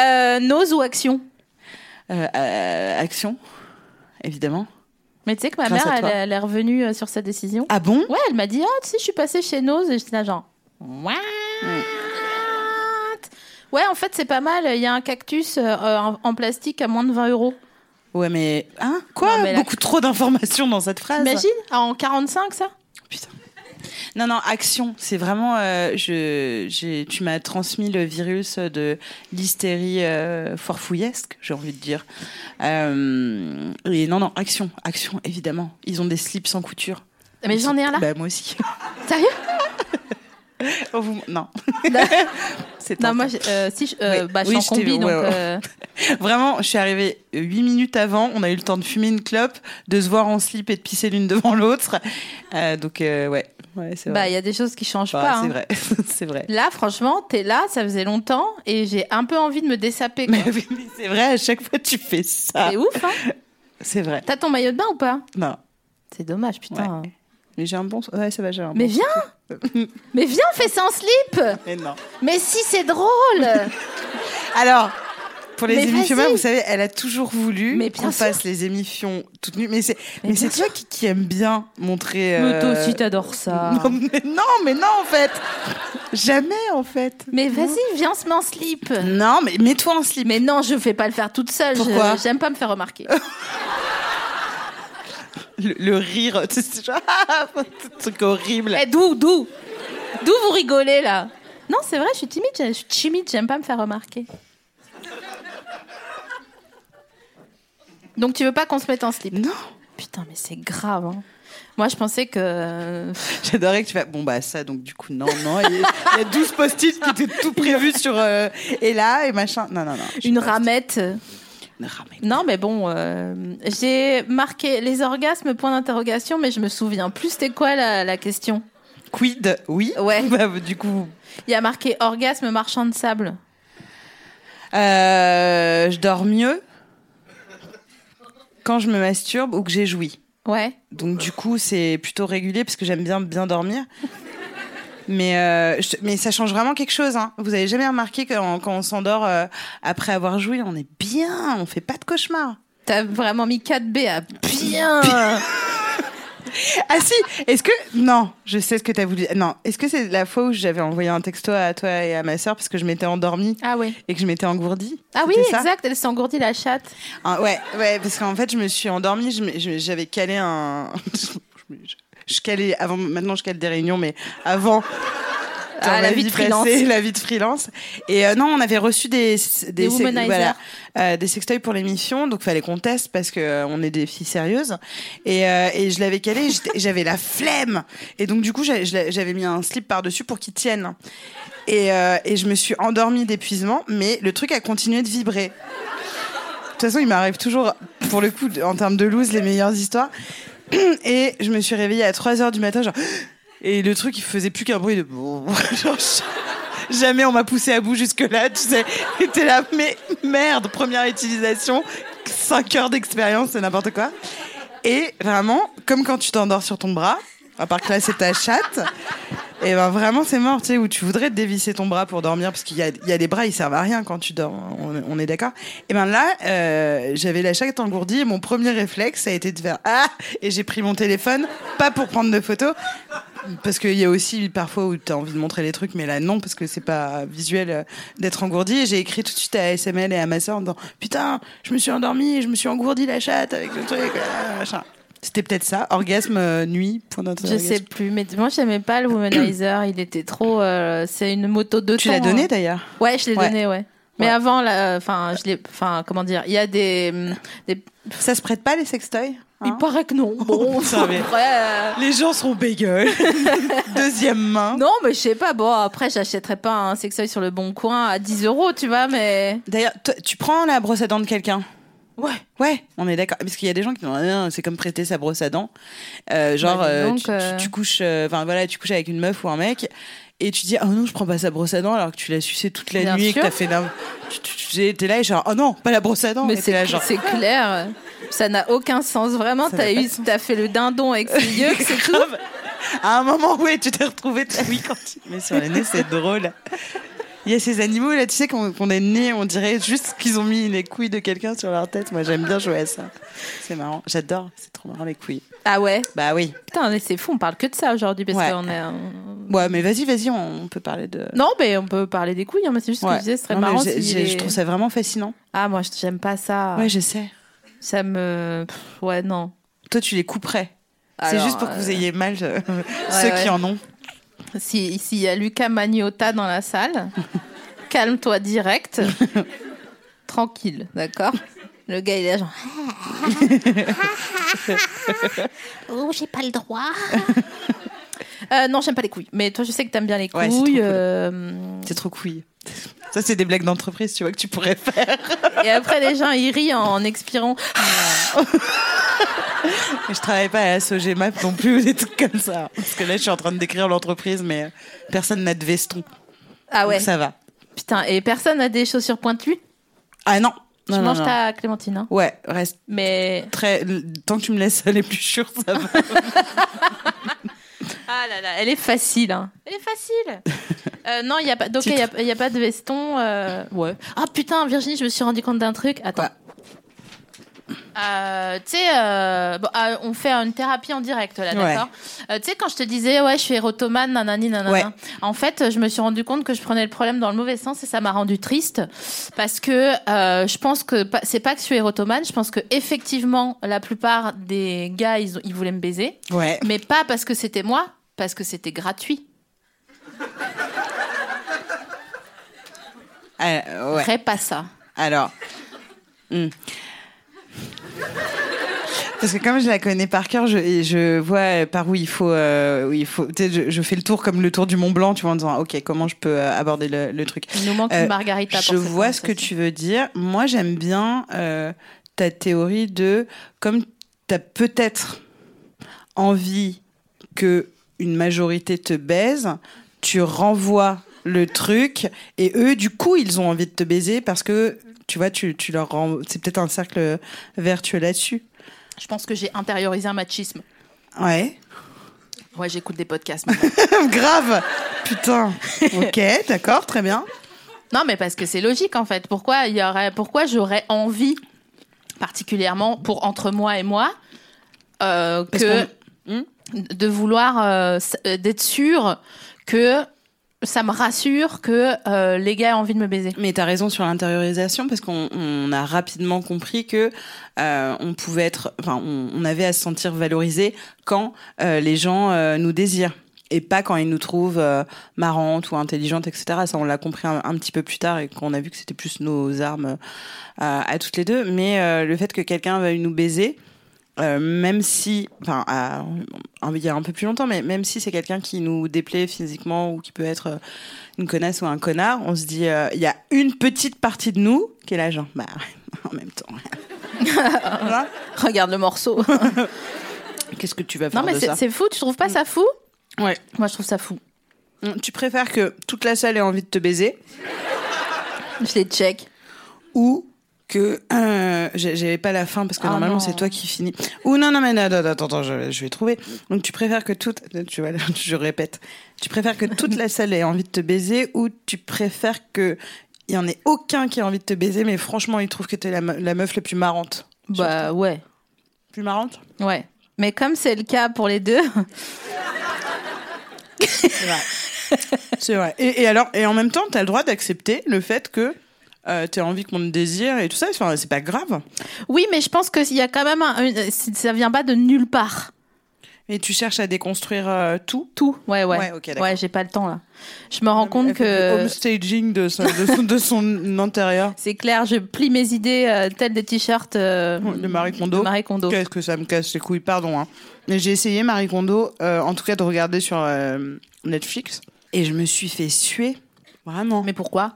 Speaker 2: Euh, Nose ou action
Speaker 3: Euh, euh, action, évidemment.
Speaker 2: Mais tu sais que ma
Speaker 3: Grâce
Speaker 2: mère,
Speaker 3: à
Speaker 2: elle,
Speaker 3: toi.
Speaker 2: elle est revenue euh, sur sa décision.
Speaker 3: Ah bon
Speaker 2: Ouais, elle m'a dit, ah, tu sais, je suis passée chez Nose et j'étais là genre, what Ouais, en fait, c'est pas mal. Il y a un cactus euh, en, en plastique à moins de 20 euros.
Speaker 3: Ouais, mais hein Quoi
Speaker 2: Non, mais là-
Speaker 3: Beaucoup trop d'informations dans cette phrase.
Speaker 2: T'imagines Ah, En 45, ça
Speaker 3: Putain. Non, non, action. C'est vraiment. euh, je, j'ai- tu m'as transmis le virus de l'hystérie euh, forfouillesque, j'ai envie de dire. Euh, et non, non, action, action, évidemment. Ils ont des slips sans couture.
Speaker 2: Ah, Mais
Speaker 3: Ils
Speaker 2: j'en
Speaker 3: sont-
Speaker 2: ai un là.
Speaker 3: Bah, moi aussi.
Speaker 2: Sérieux
Speaker 3: Oh, vous- Non. C'est
Speaker 2: Non,
Speaker 3: tentant.
Speaker 2: moi, j'ai- euh, si, je- euh,
Speaker 3: Oui.
Speaker 2: bah, je suis
Speaker 3: Oui,
Speaker 2: en
Speaker 3: je t'ai vu,
Speaker 2: combi, donc.
Speaker 3: ouais, ouais.
Speaker 2: euh,
Speaker 3: Vraiment, je suis arrivée 8 minutes avant. On a eu le temps de fumer une clope, de se voir en slip et de pisser l'une devant l'autre. Euh, donc, euh, ouais. ouais c'est
Speaker 2: bah,
Speaker 3: vrai.
Speaker 2: il y a des choses qui changent
Speaker 3: Bah,
Speaker 2: pas. hein.
Speaker 3: c'est vrai. c'est vrai.
Speaker 2: Là, franchement, t'es là, ça faisait longtemps et j'ai un peu envie de me dessaper. quoi.
Speaker 3: Mais ah. oui, mais c'est vrai, à chaque fois tu fais ça.
Speaker 2: C'est ouf, hein
Speaker 3: C'est vrai.
Speaker 2: T'as ton maillot de bain ou pas
Speaker 3: Non.
Speaker 2: C'est dommage, putain.
Speaker 3: Mais j'ai un bon. Ouais, ça va, j'ai un
Speaker 2: Ah. Mais
Speaker 3: bon.
Speaker 2: viens Mais viens, fais ça en slip
Speaker 3: Mais non.
Speaker 2: Mais si, c'est drôle Euh,
Speaker 3: Alors. Pour les
Speaker 2: Mais
Speaker 3: émissions,
Speaker 2: vas-y.
Speaker 3: vous savez, elle a toujours voulu
Speaker 2: Mais bien
Speaker 3: qu'on
Speaker 2: sûr.
Speaker 3: fasse les émissions toutes nues. Mais c'est,
Speaker 2: Mais
Speaker 3: mais c'est toi qui, qui aime bien montrer.
Speaker 2: Mais toi
Speaker 3: euh,
Speaker 2: aussi, t'adores ça.
Speaker 3: Non, mais non, mais non, en fait. Jamais, en fait.
Speaker 2: Mais vas-y, viens, se met en slip
Speaker 3: Non, mais mets-toi en slip.
Speaker 2: Mais non, je vais pas le faire toute seule. je-
Speaker 3: Pourquoi
Speaker 2: J'aime pas me faire remarquer.
Speaker 3: Le, le rire, tu sais, c'est genre, ah, ce truc horrible.
Speaker 2: Eh, d'où, d'où D'où vous rigolez, là Non, c'est vrai, je suis timide. Je suis timide, j'aime pas me faire remarquer. Donc, tu veux pas qu'on se mette en slip
Speaker 3: Non.
Speaker 2: Putain, mais c'est grave. hein. Moi, je pensais que. euh,
Speaker 3: J'adorais que tu fasses. Bon, bah, ça, donc, du coup, non, non. Il y a, il y a 12 post-it qui étaient tout prévus sur. euh, et là, et machin. Non, non, non. je
Speaker 2: Une
Speaker 3: sais pas,
Speaker 2: ramette. euh,
Speaker 3: c'était Une ramette.
Speaker 2: Non, mais bon, euh, j'ai marqué les orgasmes, point d'interrogation, mais je me souviens plus. C'était quoi la, la question
Speaker 3: Quid, oui.
Speaker 2: Ouais.
Speaker 3: Bah, du coup,
Speaker 2: Il y a marqué orgasme marchand de sable.
Speaker 3: euh, je dors mieux quand je me masturbe ou que j'ai joui.
Speaker 2: Ouais.
Speaker 3: Donc du coup, c'est plutôt régulier parce que j'aime bien bien dormir. Mais, euh, je- mais ça change vraiment quelque chose. hein. Vous avez jamais remarqué que quand, quand on s'endort euh, après avoir joué, on est bien, on fait pas de cauchemar.
Speaker 2: T'as vraiment mis 4B à bien.
Speaker 3: Ah si, est-ce que non, je sais ce que t'as voulu. Non, est-ce que c'est la fois où j'avais envoyé un texto à toi et à ma sœur parce que je m'étais endormie
Speaker 2: Ah oui.
Speaker 3: et que je m'étais engourdie
Speaker 2: Ah oui,
Speaker 3: C'était ça
Speaker 2: exact. Elle s'engourdit la chatte.
Speaker 3: Ah, ouais, ouais, parce qu'en fait, je me suis endormie, je me- je- j'avais calé un. je me- je- je calais avant, maintenant je cale des réunions, mais avant. dans
Speaker 2: Ah, la
Speaker 3: ma
Speaker 2: vie de freelance.
Speaker 3: passée, la vie de freelance. Et euh, non, on avait reçu des
Speaker 2: Des
Speaker 3: se-
Speaker 2: womanizers.
Speaker 3: voilà, euh, des sextoys pour l'émission, donc fallait qu'on teste parce que euh, on est des filles sérieuses. Et, euh, et je l'avais calé, j'étais- j'avais la flemme. Et donc du coup, j'a- je l'a- j'avais mis un slip par dessus pour qu'il tienne. Et, euh, et je me suis endormie d'épuisement, mais le truc a continué de vibrer. De toute façon, il m'arrive toujours, pour le coup, en termes de loose, les meilleures histoires. Et je me suis réveillée à 3 h du matin, genre. Et le truc, il faisait plus qu'un bruit de. Genre, je- jamais on m'a poussé à bout jusque-là, tu sais. Et t'es là, mais merde, première utilisation, 5 heures d'expérience, c'est n'importe quoi. Et vraiment, comme quand tu t'endors sur ton bras, à part que là, c'est ta chatte, Et ben vraiment, c'est mort, tu sais, où tu voudrais te dévisser ton bras pour dormir, parce qu'il y a, il y a des bras, ils servent à rien quand tu dors, on, on est d'accord. Et ben là, euh, j'avais la chatte engourdie, et mon premier réflexe, ça a été de faire Ah Et j'ai pris mon téléphone, pas pour prendre de photos, parce qu'il y a aussi parfois où tu as envie de montrer les trucs, mais là non, parce que c'est pas visuel euh, d'être engourdi. Et j'ai écrit tout de suite à SML et à ma soeur en disant Putain, je me suis endormie, je me suis engourdi la chatte avec le truc, ah, machin. C'était peut-être ça, orgasme euh, nuit, point
Speaker 2: Je sais plus, mais moi j'aimais pas le Womanizer, il était trop. euh, c'est une moto de hein.
Speaker 3: Tu l'as donné d'ailleurs
Speaker 2: Ouais, je l'ai
Speaker 3: Ouais.
Speaker 2: donné, ouais. Mais
Speaker 3: Ouais.
Speaker 2: avant, là, enfin, je l'ai, enfin, comment dire, il y a des, hum, des-
Speaker 3: Ça se prête pas les sextoys hein
Speaker 2: Il paraît que non. Bon,
Speaker 3: putain, mais-
Speaker 2: après, euh,
Speaker 3: Les gens seront bégueules. Deuxième main.
Speaker 2: non, mais je sais pas. Bon, après, j'achèterais pas un sextoy sur le bon coin à 10 euros, tu vois, mais
Speaker 3: D'ailleurs, toi, tu prends la brosse à dents de quelqu'un
Speaker 2: ouais.
Speaker 3: Ouais, on est d'accord. Parce qu'il y a des gens qui disent Ah, non, c'est comme prêter sa brosse à dents. Euh, genre,
Speaker 2: Bah, dis
Speaker 3: euh,
Speaker 2: donc,
Speaker 3: tu, tu-
Speaker 2: euh.
Speaker 3: tu couches, euh, enfin voilà, tu couches avec une meuf ou un mec et tu dis oh non, je prends pas sa brosse à dents alors que tu l'as sucé toute la
Speaker 2: Bien
Speaker 3: nuit et
Speaker 2: sûr.
Speaker 3: que t'as fait d'un- tu- tu- tu- T'es là et genre oh non, pas la brosse à dents.
Speaker 2: Mais
Speaker 3: Et t'es
Speaker 2: c'est,
Speaker 3: là genre.
Speaker 2: c'est clair, ça n'a aucun sens vraiment.
Speaker 3: Ça
Speaker 2: T'as
Speaker 3: n'a pas
Speaker 2: eu,
Speaker 3: de
Speaker 2: t'as fait le dindon avec ses yeux, que c'est tout.
Speaker 3: À un moment, ouais, tu t'es retrouvé tout oui quand tu te mets sur le nez, c'est drôle. Il y a ces animaux là, tu sais, qu'on qu'on est nés, on dirait juste qu'ils ont mis les couilles de quelqu'un sur leur tête. Moi, j'aime bien jouer à ça. C'est marrant, j'adore, c'est trop marrant les couilles.
Speaker 2: Ah ouais.
Speaker 3: Bah oui.
Speaker 2: Putain, mais c'est fou. On parle que de ça aujourd'hui parce
Speaker 3: Ouais.
Speaker 2: qu'on est. un-
Speaker 3: Ouais, mais vas-y, vas-y, on, on peut parler de.
Speaker 2: Non, mais on peut parler des couilles. hein, mais c'est juste ce que
Speaker 3: Ouais.
Speaker 2: je disais, ce serait
Speaker 3: Non, mais
Speaker 2: marrant. Ah.
Speaker 3: j'ai-
Speaker 2: si
Speaker 3: j'ai-
Speaker 2: les-
Speaker 3: Je trouve ça vraiment fascinant.
Speaker 2: Ah, moi, je- j'aime pas ça.
Speaker 3: Ouais, je sais.
Speaker 2: Ça me. Pff, ouais, non.
Speaker 3: Toi, tu les couperais. C'est
Speaker 2: Alors,
Speaker 3: juste pour que vous
Speaker 2: euh,
Speaker 3: ayez mal euh, ceux
Speaker 2: ouais.
Speaker 3: qui en ont.
Speaker 2: Si- S'il y a Lucas Magnotta dans la salle, calme-toi direct. Tranquille, d'accord Le gars, il est là, genre.
Speaker 4: Oh, j'ai pas le droit.
Speaker 2: Euh, non, j'aime pas les couilles. Mais toi, je sais que t'aimes bien les
Speaker 3: Ouais, c'est
Speaker 2: couilles.
Speaker 3: trop cool.
Speaker 2: euh,
Speaker 3: C'est trop couille. Ça, c'est des blagues d'entreprise, tu vois, que tu pourrais faire.
Speaker 2: Et après, les gens, ils rient en expirant.
Speaker 3: Et Je travaille pas à la SOGMAP non plus ou des trucs comme ça. Parce que là, je suis en train de décrire l'entreprise, mais euh, personne n'a de veston.
Speaker 2: Ah ouais.
Speaker 3: Donc ça va.
Speaker 2: Putain, et personne n'a des chaussures pointues
Speaker 3: Ah non.
Speaker 2: Je
Speaker 3: Non, non,
Speaker 2: mange
Speaker 3: non.
Speaker 2: ta clémentine. hein.
Speaker 3: Ouais, reste
Speaker 2: Mais.
Speaker 3: très. Tant que tu me laisses l'épluchure, ça va.
Speaker 2: Ah là là, elle est facile. hein. Elle est facile. Euh, non, il y a pas. Donc, il y a, il y a pas de veston. euh, Ouais. Ah putain, Virginie, je me suis rendu compte d'un truc. Attends.
Speaker 3: Quoi
Speaker 2: Euh, tu sais, euh, bon, ah, on fait une thérapie en direct là,
Speaker 3: Ouais.
Speaker 2: d'accord. Euh, tu sais, quand je te disais, ouais, je suis érotomane, nanani, nanana.
Speaker 3: Ouais.
Speaker 2: En fait, je me suis rendu compte que je prenais le problème dans le mauvais sens et ça m'a rendu triste parce que euh, je pense que pas- c'est pas que je suis érotomane. Je pense que effectivement, la plupart des gars, ils, ont- ils voulaient me baiser.
Speaker 3: Ouais.
Speaker 2: Mais pas parce que c'était moi, parce que c'était gratuit.
Speaker 3: Ah, ouais.
Speaker 2: Ferais pas ça.
Speaker 3: Alors. hmm. Parce que comme je la connais par cœur, je, et je vois par où il faut, euh, où il faut. tu sais, Je, je fais le tour comme le tour du Mont Blanc, tu vois, en disant ok comment je peux euh, aborder le, le truc.
Speaker 2: Il nous manque
Speaker 3: Euh,
Speaker 2: une margarita.
Speaker 3: Je
Speaker 2: pour cette
Speaker 3: vois ce que
Speaker 2: conversation.
Speaker 3: tu veux dire. Moi j'aime bien euh, ta théorie de comme t'as peut-être envie que une majorité te baise, tu renvoies le truc et eux du coup ils ont envie de te baiser parce que tu vois tu, tu leur renvoies c'est peut-être un cercle vertueux là-dessus.
Speaker 2: Je pense que j'ai intériorisé un machisme.
Speaker 3: Ouais.
Speaker 2: Ouais, j'écoute des podcasts. maintenant.
Speaker 3: Grave. Putain. OK, d'accord, très bien.
Speaker 2: non, mais parce que c'est logique en fait. Pourquoi il y aurait, pourquoi j'aurais envie, particulièrement pour entre moi et moi, euh,
Speaker 3: Parce
Speaker 2: que
Speaker 3: Hmm
Speaker 2: de vouloir euh, s- euh, d'être sûr que ça me rassure que euh, les gars ont envie de me baiser.
Speaker 3: Mais t'as raison sur l'intériorisation parce qu'on on a rapidement compris que euh, on pouvait être, enfin, on, on avait à se sentir valorisé quand euh, les gens euh, nous désirent et pas quand ils nous trouvent euh, marrantes ou intelligentes, etc. Ça, on l'a compris un, un petit peu plus tard et qu'on a vu que c'était plus nos armes euh, à, à toutes les deux. Mais euh, le fait que quelqu'un veuille nous baiser, euh, même si, enfin, à- un- il y a un peu plus longtemps, mais même si c'est quelqu'un qui nous déplaît physiquement ou qui peut être euh, une connasse ou un connard, on se dit, euh, il y a une petite partie de nous qui est là, genre, bah, en même temps. Voilà.
Speaker 2: Regarde le morceau.
Speaker 3: Qu'est-ce que tu vas faire
Speaker 2: non, mais
Speaker 3: de
Speaker 2: c'est
Speaker 3: ça Hmm.
Speaker 2: c'est fou. Tu trouves pas ça fou
Speaker 3: Ouais.
Speaker 2: Moi, je trouve ça fou.
Speaker 3: Tu préfères que toute la salle ait envie de te baiser
Speaker 2: Je les check.
Speaker 3: ou que euh, j'ai- j'avais pas la fin parce que
Speaker 2: Ah
Speaker 3: normalement
Speaker 2: non.
Speaker 3: c'est toi qui finis. Ou non non mais non, attends attends attends, je, je vais trouver. Donc tu préfères que toute tu vois là, je répète. Tu préfères que toute la salle ait envie de te baiser ou tu préfères que il y en ait aucun qui ait envie de te baiser mais franchement il trouve que t'es la, me- la meuf la plus marrante.
Speaker 2: Bah ouais.
Speaker 3: Plus marrante
Speaker 2: Ouais. Mais comme c'est le cas pour les deux,
Speaker 3: C'est vrai. Et, et alors, et en même temps, t'as le droit d'accepter le fait que euh, t'as envie qu'on te désire et tout ça. Enfin, c'est pas grave.
Speaker 2: oui, mais je pense qu'il y a quand même un, un- ça vient pas de nulle part.
Speaker 3: Mais tu cherches à déconstruire euh, tout.
Speaker 2: Tout. Ouais, ouais.
Speaker 3: Ouais, ok, d'accord.
Speaker 2: ouais, j'ai pas le temps là. Je me rends compte
Speaker 3: Elle fait du
Speaker 2: que
Speaker 3: Homestaging de, son- de, son- de son intérieur.
Speaker 2: c'est clair, je plie mes idées euh, telles des t-shirts euh,
Speaker 3: De Marie Kondo.
Speaker 2: de Marie Kondo.
Speaker 3: Qu'est-ce que ça me casse les couilles, pardon. Hein. Mais j'ai essayé Marie Kondo, euh, en tout cas de regarder sur euh, Netflix, et je me suis fait suer. Vraiment.
Speaker 2: Mais pourquoi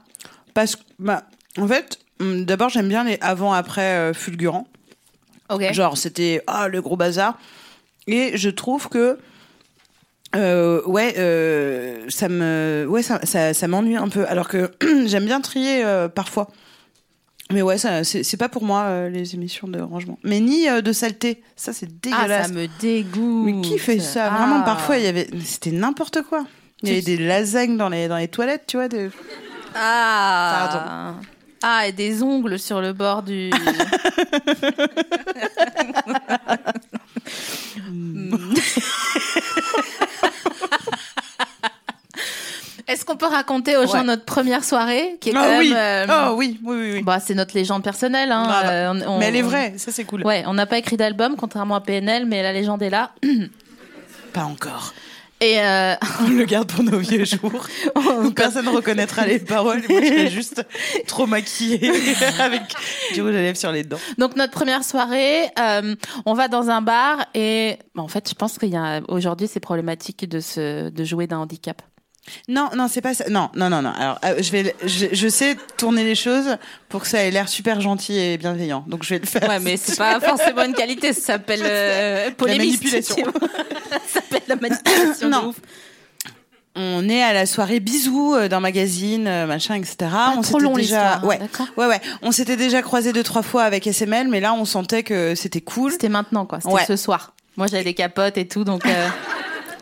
Speaker 3: Parce que, bah, en fait, hum, d'abord, j'aime bien les avant-après euh, fulgurants.
Speaker 2: Ok.
Speaker 3: Genre, c'était ah le gros bazar. Et je trouve que euh, ouais, euh, ça me ouais ça, ça, ça m'ennuie un peu. Alors que j'aime bien trier euh, parfois. Mais ouais, ça, c'est c'est pas pour moi euh, les émissions de rangement. Mais ni euh, de saleté. Ça, c'est
Speaker 2: Ah,
Speaker 3: dégueulasse.
Speaker 2: ça me dégoûte.
Speaker 3: Mais qui fait ça Vraiment,
Speaker 2: Ah.
Speaker 3: parfois, il y avait. C'était n'importe quoi. Il y avait des lasagnes dans les, dans les toilettes, tu vois. des-
Speaker 2: Ah. Ah, et des ongles sur le bord du. Mm. Est-ce qu'on peut raconter aux gens
Speaker 3: Ouais.
Speaker 2: notre première soirée qui est quand
Speaker 3: Ah
Speaker 2: même,
Speaker 3: oui
Speaker 2: euh,
Speaker 3: Ah oui, oui, oui. oui.
Speaker 2: bah, c'est notre légende personnelle. hein,
Speaker 3: Grave.
Speaker 2: euh, on- on-
Speaker 3: Mais elle est vraie, ça, c'est cool.
Speaker 2: Ouais, on n'a pas écrit d'album contrairement à PNL, mais la légende est là.
Speaker 3: Pas encore.
Speaker 2: Et euh,
Speaker 3: On le garde pour nos vieux jours. Donc personne ne reconnaîtra les paroles. Moi, je serai juste trop maquillée avec du rouge à lèvres sur les dents.
Speaker 2: Donc notre première soirée, euh, on va dans un bar et bah, en fait je pense qu'il y a aujourd'hui c'est problématique de se de jouer d'un handicap.
Speaker 3: Non, non, c'est pas ça. Non, non, non, non. Alors, euh, je vais, je, je sais tourner les choses pour que ça ait l'air super gentil et bienveillant. Donc, je vais le faire.
Speaker 2: Ouais mais c'est pas forcément une qualité, ça s'appelle euh, polémiste,
Speaker 3: manipulation.
Speaker 2: tu vois. ça s'appelle la manipulation. de
Speaker 3: Non.
Speaker 2: ouf.
Speaker 3: On est à la soirée bisous euh, d'un magazine, euh, machin, etc. on
Speaker 2: trop
Speaker 3: s'était
Speaker 2: long,
Speaker 3: déjà,
Speaker 2: l'histoire, hein,
Speaker 3: ouais,
Speaker 2: d'accord.
Speaker 3: ouais, ouais. On s'était déjà croisé deux trois fois avec SML, mais là, on sentait que c'était cool.
Speaker 2: C'était maintenant quoi, c'était
Speaker 3: Ouais.
Speaker 2: ce soir. Moi j'avais des capotes et tout donc euh,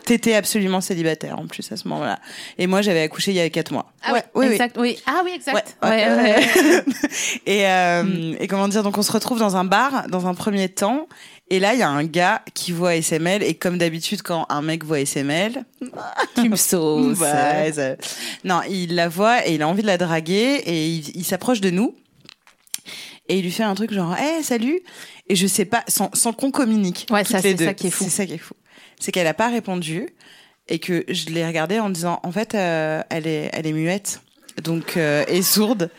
Speaker 3: T'étais absolument célibataire en plus à ce moment-là. Et moi, j'avais accouché il y a quatre mois.
Speaker 2: ah
Speaker 3: Ouais, ouais, ouais.
Speaker 2: exact, oui. Ah oui, exact.
Speaker 3: Ouais, ouais,
Speaker 2: Ouais, ouais, Hmm. ouais.
Speaker 3: et, euh, et comment dire, donc on se retrouve dans un bar dans un premier temps. Et là, il y a un gars qui voit SML. Et comme d'habitude, quand un mec voit SML,
Speaker 2: Tu me sauces.
Speaker 3: bah, ça- non, il la voit et il a envie de la draguer. Et il, il s'approche de nous. Et il lui fait un truc genre, hé, salut. Et je sais pas, sans, sans qu'on communique.
Speaker 2: Ouais,
Speaker 3: toutes
Speaker 2: ça,
Speaker 3: les
Speaker 2: c'est
Speaker 3: deux.
Speaker 2: ça qui est fou.
Speaker 3: C'est ça qui est fou. C'est qu'elle a pas répondu. Et que je l'ai regardée en disant, en fait, euh, elle, est, elle est muette. Donc, euh, et sourde.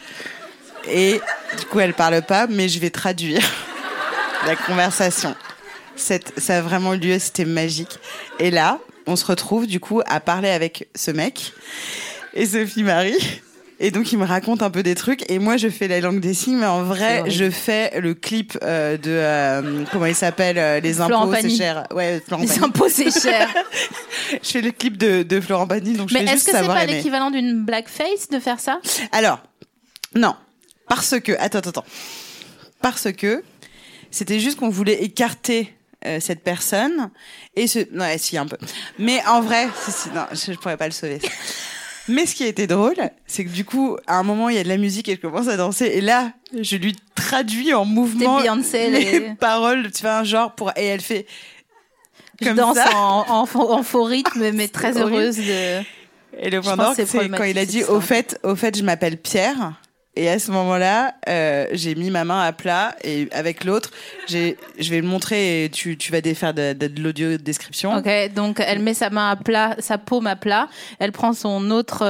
Speaker 3: Et du coup, elle parle pas, mais je vais traduire la conversation. Cette- ça a vraiment eu lieu, c'était magique. Et là, on se retrouve du coup à parler avec ce mec et Sophie Marie. Et donc, il me raconte un peu des trucs. Et moi, je fais la langue des signes, mais en vrai, je fais le clip euh, de. euh, comment il s'appelle euh, Les
Speaker 2: Florent
Speaker 3: impôts, c'est
Speaker 2: Pagny.
Speaker 3: cher. Ouais, Florent
Speaker 2: Les
Speaker 3: Pagny.
Speaker 2: impôts c'est cher.
Speaker 3: Je fais le clip de, de Florent Pagny, donc je
Speaker 2: mais
Speaker 3: vais
Speaker 2: est-ce
Speaker 3: juste
Speaker 2: que c'est
Speaker 3: savoir
Speaker 2: pas
Speaker 3: aimer.
Speaker 2: l'équivalent d'une blackface de faire ça
Speaker 3: Alors, non. Parce que, attends, attends, attends. Parce que c'était juste qu'on voulait écarter euh, cette personne et ce. Non, ouais, si, un peu. Mais en vrai, si, si, non, je, je pourrais pas le sauver. ça. Mais ce qui a été drôle, c'est que du coup, à un moment, il y a de la musique et je commence à danser. Et là, je lui traduis en mouvement
Speaker 2: Beyoncé, les-
Speaker 3: les paroles, tu vois, un genre pour. Et elle fait.
Speaker 2: Je
Speaker 3: Comme
Speaker 2: danse
Speaker 3: ça.
Speaker 2: en, en, faux- en faux rythme, mais très
Speaker 3: horrible.
Speaker 2: heureuse de.
Speaker 3: Et le
Speaker 2: pense
Speaker 3: point
Speaker 2: que
Speaker 3: d'orgue,
Speaker 2: c'est
Speaker 3: c'est quand il a
Speaker 2: problématique,
Speaker 3: dit
Speaker 2: cette
Speaker 3: au
Speaker 2: histoire.
Speaker 3: fait, au fait, je m'appelle Pierre. Et à ce moment-là, euh, j'ai mis ma main à plat et avec l'autre, j'ai, je vais le montrer et tu, tu vas faire de, de- de l'audio description.
Speaker 2: Ok, donc elle met sa main à plat, sa paume à plat, elle prend son autre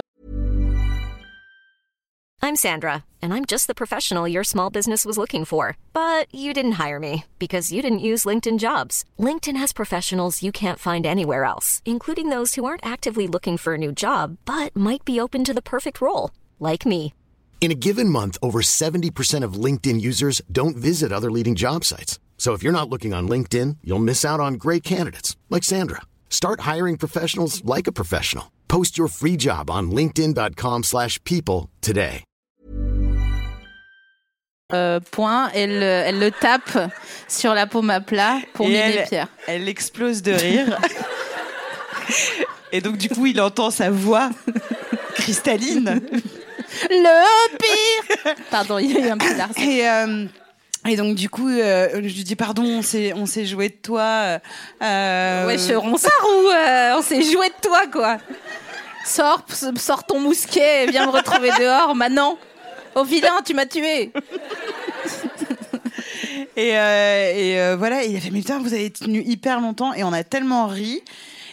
Speaker 5: I'm Sandra, and I'm just the professional your small business was looking for. But you didn't hire me because you didn't use LinkedIn jobs. LinkedIn has professionals you can't find anywhere else, including those who aren't actively looking for a new job but might be open to the perfect role, like me.
Speaker 6: In a given month, over 70% of LinkedIn users don't visit other leading job sites. So if you're not looking on LinkedIn, you'll miss out on great candidates like Sandra. Start hiring professionals like a professional. Post your free job on linkedin.com/people today.
Speaker 2: euh, poing, elle, euh, elle le tape sur la paume à plat pour
Speaker 3: Et
Speaker 2: miner
Speaker 3: elle,
Speaker 2: Pierre.
Speaker 3: elle explose de rire. Et donc, du coup, il entend sa voix cristalline.
Speaker 2: Le pire Pardon, il y a eu un petit larcin.
Speaker 3: Et, euh, et donc, du coup, euh, je lui dis Pardon, on s'est, on s'est joué de toi. euh,
Speaker 2: Ouais, je ronsard ou euh, on s'est joué de toi, quoi. Sors, p- sors ton mousquet, viens me retrouver dehors, maintenant. Au vilain, tu m'as tué.
Speaker 3: Et, euh, et euh, voilà, et il a fait, mais putain, vous avez tenu hyper longtemps et on a tellement ri.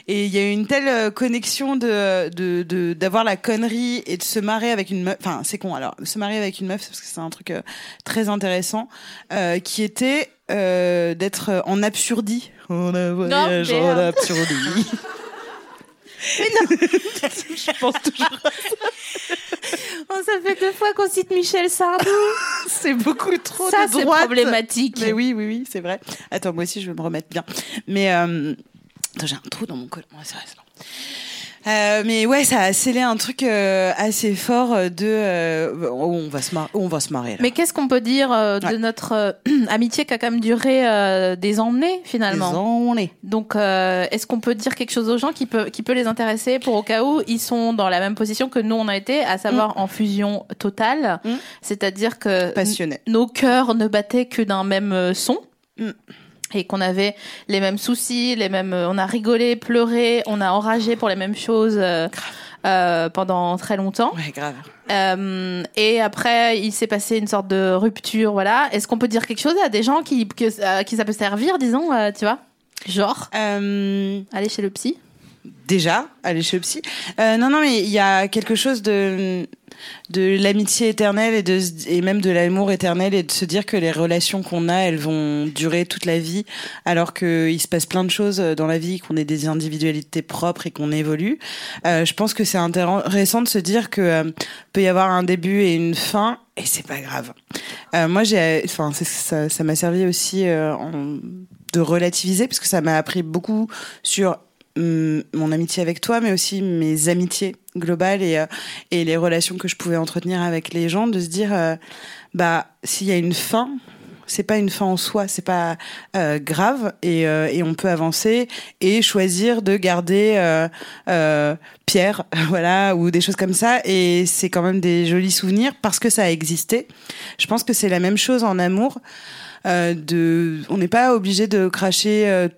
Speaker 3: Et il y a eu une telle euh, connexion de de- de- d'avoir la connerie et de se marrer avec une meuf. Enfin, c'est con alors, se marrer avec une meuf, c'est parce que c'est un truc euh, très intéressant, euh, qui était euh, d'être euh, en absurdie. On a voyagé en
Speaker 2: merde.
Speaker 3: absurdie. Je pense toujours.
Speaker 2: Oh, ça fait deux fois qu'on cite Michel Sardou.
Speaker 3: C'est beaucoup trop
Speaker 2: ça,
Speaker 3: de
Speaker 2: c'est
Speaker 3: droite.
Speaker 2: problématique.
Speaker 3: Mais oui, oui, oui, c'est vrai. Attends, moi aussi, je vais me remettre bien. Mais euh, attends, j'ai un trou dans mon col. Ouais, c'est vrai, c'est long. Euh, mais ouais, ça a scellé un truc euh, assez fort euh, de euh, oh, on va se marrer, on va se marrer là.
Speaker 2: Mais qu'est-ce qu'on peut dire euh, de
Speaker 3: Ouais.
Speaker 2: notre euh, amitié qui a quand même duré euh, des emmenés finalement
Speaker 3: Les enlais.
Speaker 2: Donc, euh, est-ce qu'on peut dire quelque chose aux gens qui peut, qui peut les intéresser pour au cas où ils sont dans la même position que nous on a été, à savoir en fusion totale,
Speaker 3: Mm.
Speaker 2: c'est-à-dire que
Speaker 3: Passionné.
Speaker 2: n- nos cœurs ne battaient que d'un même euh, son.
Speaker 3: Mm.
Speaker 2: Et qu'on avait les mêmes soucis, les mêmes, euh, on a rigolé, pleuré, on a enragé pour les mêmes choses euh, euh, pendant très longtemps.
Speaker 3: Ouais, grave.
Speaker 2: Euh, et après, il s'est passé une sorte de rupture, voilà. Est-ce qu'on peut dire quelque chose à des gens qui, que- à qui ça peut servir, disons, euh, tu vois Genre,
Speaker 3: Euh,
Speaker 2: aller chez le psy
Speaker 3: déjà, allez chez le psy. Euh, non, non, mais il y a quelque chose de de l'amitié éternelle et de se- et même de l'amour éternel et de se dire que les relations qu'on a, elles vont durer toute la vie, alors que il se passe plein de choses euh, dans la vie, qu'on ait des individualités propres et qu'on évolue. Euh, je pense que c'est intéressant de se dire que euh, peut y avoir un début et une fin. Et c'est pas grave. Euh, moi, j'ai, enfin, c'est- ça ça m'a servi aussi euh, en- de relativiser parce que ça m'a appris beaucoup sur hum, mon amitié avec toi, mais aussi mes amitiés globales et, euh, et les relations que je pouvais entretenir avec les gens, de se dire, euh, bah, s'il y a une fin, c'est pas une fin en soi, c'est pas euh, grave et, euh, et on peut avancer et choisir de garder euh, euh, Pierre, voilà, ou des choses comme ça. Et c'est quand même des jolis souvenirs parce que ça a existé. Je pense que c'est la même chose en amour. euh, de, on n'est pas obligé de cracher. euh,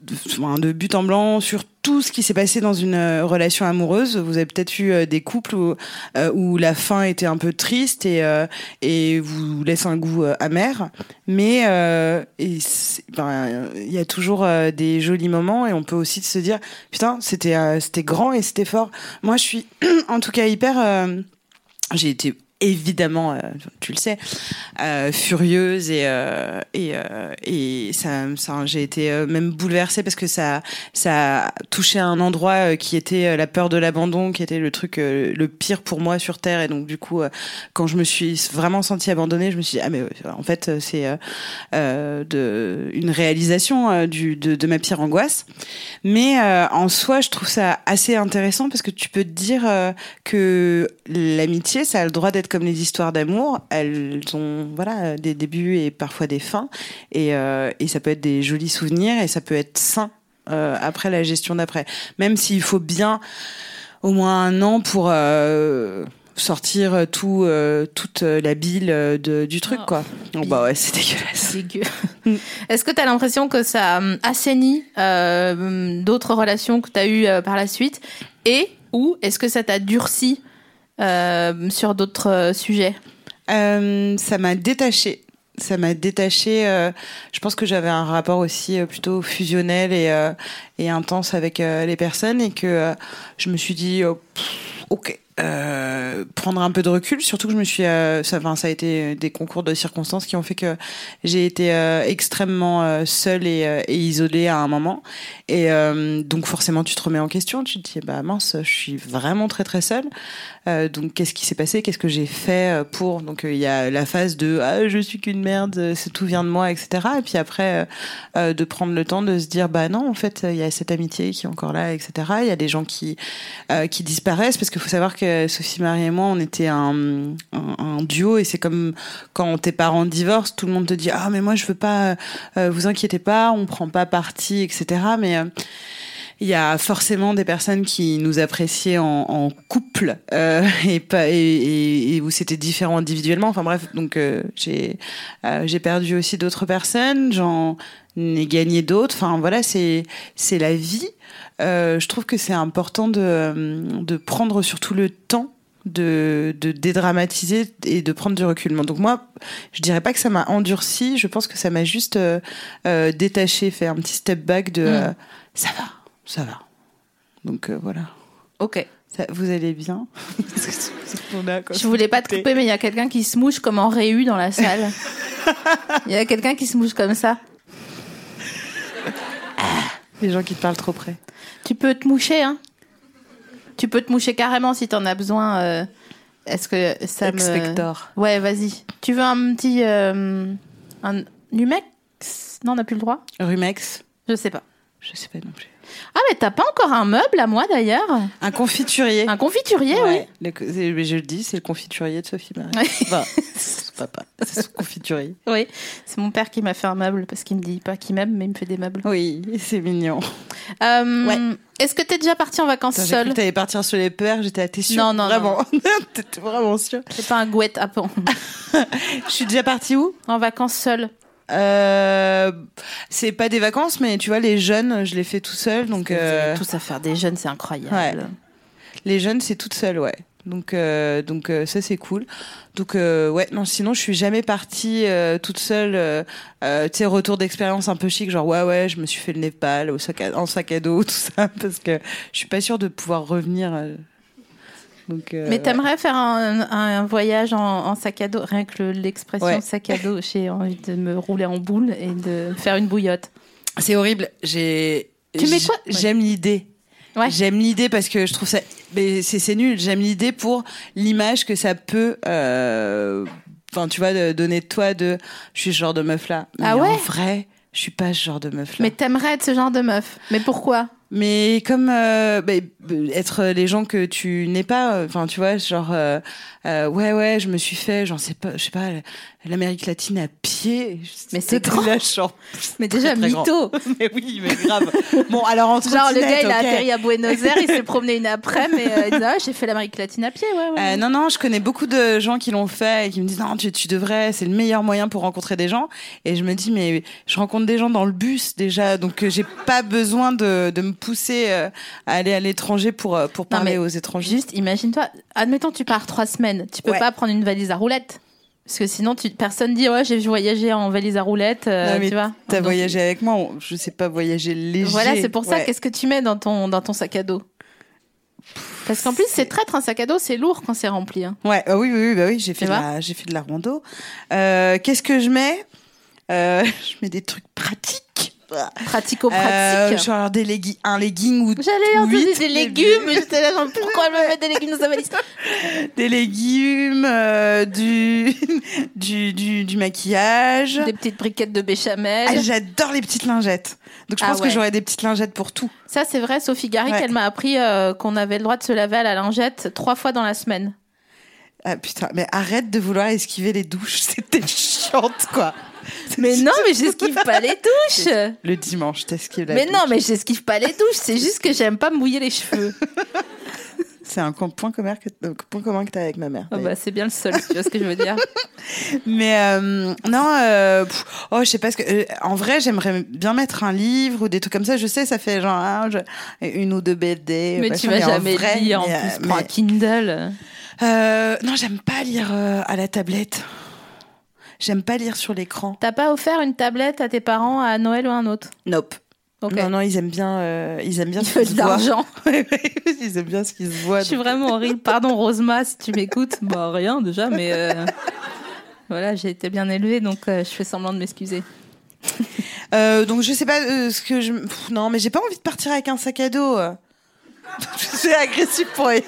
Speaker 3: de, enfin, de but en blanc sur tout ce qui s'est passé dans une euh, relation amoureuse. Vous avez peut-être eu euh, des couples où, euh, où la fin était un peu triste et, euh, et vous laisse un goût euh, amer. Mais euh, et c'est- ben, euh, il y a toujours euh, des jolis moments et on peut aussi se dire putain c'était euh, c'était grand et c'était fort. Moi je suis en tout cas hyper euh, j'ai été évidemment, euh, tu le sais, euh, furieuse et euh, et, euh, et ça, ça j'ai été euh, même bouleversée parce que ça ça a touché à un endroit euh, qui était euh, la peur de l'abandon, qui était le truc euh, le pire pour moi sur terre et donc du coup euh, quand je me suis vraiment sentie abandonnée, je me suis dit ah mais ouais, en fait euh, c'est euh, euh, de une réalisation euh, du de, de ma pire angoisse. Mais euh, en soi, je trouve ça assez intéressant parce que tu peux te dire euh, que l'amitié, ça a le droit d'être comme les histoires d'amour. Elles ont voilà des débuts et parfois des fins, et, euh, et ça peut être des jolis souvenirs et ça peut être sain euh, après la gestion d'après. Même s'il faut bien au moins un an pour euh, sortir tout euh, toute la bile euh, de- du truc
Speaker 2: Oh.
Speaker 3: quoi. Oh, bah ouais, c'est dégueulasse.
Speaker 2: Dégueu. Est-ce que tu as l'impression que ça hum, assainit euh, hum, d'autres relations que tu as eues euh, par la suite Et ou est-ce que ça t'a durci euh, sur d'autres euh, sujets
Speaker 3: Euh, ça m'a détachée. Ça m'a détachée. euh, je pense que j'avais un rapport aussi euh, plutôt fusionnel et, euh, et intense avec euh, les personnes et que euh, je me suis dit, euh, pff, ok, euh, prendre un peu de recul. Surtout que je me suis, euh, ça, enfin, ça a été des concours de circonstances qui ont fait que j'ai été euh, extrêmement euh, seule et, euh, et isolée à un moment. Et euh, donc forcément, tu te remets en question. Tu te dis, bah mince, je suis vraiment très très seule. Euh, donc qu'est-ce qui s'est passé Qu'est-ce que j'ai fait euh, pour Donc euh, il y a la phase de ah je suis qu'une merde, euh, c'est tout vient de moi, etc. Et puis après euh, euh, de prendre le temps de se dire bah non en fait euh, il y a cette amitié qui est encore là, etc. Il y a des gens qui euh, qui disparaissent parce qu'il faut savoir que euh, Sophie Marie et moi, on était un, un- un duo et c'est comme quand tes parents divorcent, tout le monde te dit ah mais moi je veux pas, euh, vous inquiétez pas, on prend pas parti, etc. Mais euh, il y a forcément des personnes qui nous appréciaient en, en couple euh, et, pas, et, et- et où c'était différent individuellement. Enfin bref, donc euh, j'ai euh, j'ai perdu aussi d'autres personnes, j'en ai gagné d'autres. Enfin voilà, c'est c'est la vie. Euh, je trouve que c'est important de, euh, de prendre surtout le temps de, de dédramatiser et de prendre du recul. Donc moi, je dirais pas que ça m'a endurci, je pense que ça m'a juste euh, euh, détaché, fait un petit step back de euh, ça va, ça va. Donc euh, voilà.
Speaker 2: Ok.
Speaker 3: Ça- vous allez bien Parce que c'est- c'est ce qu'on a, quoi.
Speaker 2: Je voulais pas te couper, mais il y a quelqu'un qui se mouche comme en réu dans la salle. Il y a quelqu'un qui se mouche comme ça.
Speaker 3: Les gens qui te parlent trop près.
Speaker 2: Tu peux te moucher, hein Tu peux te moucher carrément si t'en as besoin. euh, Est-ce que ça
Speaker 3: Expector.
Speaker 2: me... Ouais, vas-y. Tu veux un petit... euh, un Numex Non, on n'a plus le droit
Speaker 3: Rumex
Speaker 2: Je sais pas.
Speaker 3: Je sais pas non plus.
Speaker 2: Ah, mais t'as pas encore un meuble à moi, d'ailleurs
Speaker 3: Un confiturier.
Speaker 2: Un confiturier, Eh oui.
Speaker 3: Ouais, le co- c'est- mais je le dis, c'est le confiturier de Sophie Marie.
Speaker 2: Ouais.
Speaker 3: Enfin, c'est son papa, c'est son confiturier.
Speaker 2: Oui, c'est mon père qui m'a fait un meuble, parce qu'il me dit pas qu'il m'aime, mais il me fait des meubles.
Speaker 3: Oui, c'est mignon.
Speaker 2: Euh,
Speaker 3: Ouais.
Speaker 2: Est-ce que t'es déjà parti en vacances
Speaker 3: Attends, J'ai cru
Speaker 2: seule
Speaker 3: que t'allais partir sur les pères, j'étais à tes sûre.
Speaker 2: Non, non,
Speaker 3: vraiment. T'étais vraiment sûre.
Speaker 2: C'est pas un gouette à pan.
Speaker 3: Je suis déjà partie où
Speaker 2: En vacances seule.
Speaker 3: Euh, C'est pas des vacances, mais tu vois, les jeunes, je les fais tout seul. Donc, euh,
Speaker 2: Tout ça faire des jeunes, c'est incroyable.
Speaker 3: Ouais. les jeunes, c'est toute seule, ouais. Donc, euh, donc euh, ça, c'est cool. Donc, euh, ouais, non, sinon, je suis jamais partie euh, toute seule. euh, euh, tu sais, retour d'expérience un peu chic, genre, ouais, ouais, je me suis fait le Népal au sac à- en sac à dos, tout ça, parce que je suis pas sûre de pouvoir revenir. euh. Donc, euh,
Speaker 2: Mais
Speaker 3: ouais.
Speaker 2: t'aimerais faire un, un- un voyage en, en sac à dos Rien que le- l'expression
Speaker 3: Ouais.
Speaker 2: sac à dos, j'ai envie de me rouler en boule et de faire une bouillotte.
Speaker 3: C'est horrible. J'ai.
Speaker 2: Tu mets quoi
Speaker 3: j'- J'aime l'idée.
Speaker 2: Ouais.
Speaker 3: J'aime l'idée parce que je trouve ça. Mais c'est c'est nul. J'aime l'idée pour l'image que ça peut. euh, Enfin, tu vois, de- donner de toi de. Je suis ce genre de meuf là. Mais
Speaker 2: Ah
Speaker 3: En
Speaker 2: ouais
Speaker 3: vrai, je suis pas ce genre de meuf là.
Speaker 2: Mais t'aimerais être ce genre de meuf. Mais pourquoi
Speaker 3: Mais comme euh, bah, être les gens que tu n'es pas, enfin tu vois, genre euh, euh, ouais ouais, je me suis fait, j'en sais pas, je sais pas, l'Amérique latine à pied.
Speaker 2: Mais c'est
Speaker 3: Peut-être
Speaker 2: grand.
Speaker 3: la chance.
Speaker 2: Mais déjà,
Speaker 3: très grand.
Speaker 2: mytho
Speaker 3: mais oui, mais grave. bon alors entre
Speaker 2: Genre, le gars, il a atterri à Buenos Aires, il s'est promené une après, mais euh, il dit, ah, j'ai fait l'Amérique latine à pied, ouais, ouais.
Speaker 3: Euh, non, non, je connais beaucoup de gens qui l'ont fait et qui me disent non, tu, tu devrais, c'est le meilleur moyen pour rencontrer des gens. Et je me dis mais je rencontre des gens dans le bus déjà, donc euh, j'ai pas besoin de, de me pousser euh, à aller à l'étranger pour euh, pour
Speaker 2: Non,
Speaker 3: parler
Speaker 2: mais
Speaker 3: aux étrangers.
Speaker 2: Juste, imagine-toi, admettons, tu pars trois semaines, tu peux
Speaker 3: Ouais.
Speaker 2: pas prendre une valise à roulette. Parce que sinon, tu, personne dit, ouais, j'ai voyagé en valise à roulette, euh,
Speaker 3: Non, mais
Speaker 2: tu vois.
Speaker 3: T'as
Speaker 2: Donc,
Speaker 3: voyagé avec moi, on- je sais pas voyager léger.
Speaker 2: Voilà, c'est pour ça.
Speaker 3: Ouais.
Speaker 2: Qu'est-ce que tu mets dans ton, dans ton sac à dos Parce qu'en plus, c'est traître un sac à dos, c'est lourd quand c'est rempli. hein.
Speaker 3: Ouais, ah oui, oui, oui, bah oui, j'ai fait, de
Speaker 2: vois
Speaker 3: la- j'ai fait de la rando. Euh, Qu'est-ce que je mets Euh, Je mets des trucs pratiques. Euh,
Speaker 2: Pratico-pratique.
Speaker 3: genre des leggings, un legging ou
Speaker 2: J'allais en
Speaker 3: huit,
Speaker 2: donner des légumes, mais j'étais là, genre, pourquoi elle me met des légumes dans sa valise
Speaker 3: des légumes, euh, du, du, du, du maquillage.
Speaker 2: Des petites briquettes de
Speaker 3: Ah,
Speaker 2: béchamel.
Speaker 3: J'adore les petites lingettes. Donc je
Speaker 2: Ah
Speaker 3: pense
Speaker 2: ouais.
Speaker 3: que j'aurais des petites lingettes pour tout.
Speaker 2: Ça, c'est vrai, Sophie Garrick,
Speaker 3: Ouais.
Speaker 2: elle m'a appris euh, qu'on avait le droit de se laver à la lingette trois fois dans la semaine.
Speaker 3: Ah putain, mais arrête de vouloir esquiver les douches, c'était chiante quoi.
Speaker 2: Mais non, mais j'esquive pas les douches
Speaker 3: Le dimanche, t'esquives la
Speaker 2: Mais
Speaker 3: douche.
Speaker 2: non, mais j'esquive pas les douches, c'est juste que j'aime pas me mouiller les cheveux.
Speaker 3: C'est un com- point commun que euh, point commun que t'as avec ma mère.
Speaker 2: Ah bah, c'est bien le seul, tu vois ce que je veux dire.
Speaker 3: Mais euh, non, euh, pff, oh je sais pas ce que. euh, en vrai, j'aimerais bien mettre un livre ou des trucs comme ça. Je sais, ça fait genre hein, je- une ou deux BD.
Speaker 2: Mais
Speaker 3: machin,
Speaker 2: tu m'as
Speaker 3: bah, en
Speaker 2: jamais
Speaker 3: vrai,
Speaker 2: dit, en
Speaker 3: mais, euh,
Speaker 2: plus, prends un
Speaker 3: mais-
Speaker 2: Kindle.
Speaker 3: Euh, non, j'aime pas lire euh, à la tablette. J'aime pas lire sur l'écran.
Speaker 2: T'as pas offert une tablette à tes parents à Noël ou à un autre
Speaker 3: Nope.
Speaker 2: Ok.
Speaker 3: Non, non, ils aiment bien. euh, ils aiment bien
Speaker 2: Il
Speaker 3: ce
Speaker 2: faut
Speaker 3: qui se
Speaker 2: de
Speaker 3: voit.
Speaker 2: l'argent.
Speaker 3: Ouais, ouais, ils aiment bien ce qui se voit.
Speaker 2: Je suis
Speaker 3: donc.
Speaker 2: vraiment horrible. Pardon, Rosema, si tu m'écoutes. Bah, rien déjà, mais euh, voilà, j'ai été bien élevée, donc euh, je fais semblant de m'excuser.
Speaker 3: Euh, donc je sais pas euh, ce que je. Pff, non, mais j'ai pas envie de partir avec un sac à dos. euh. c'est agressif pour rien.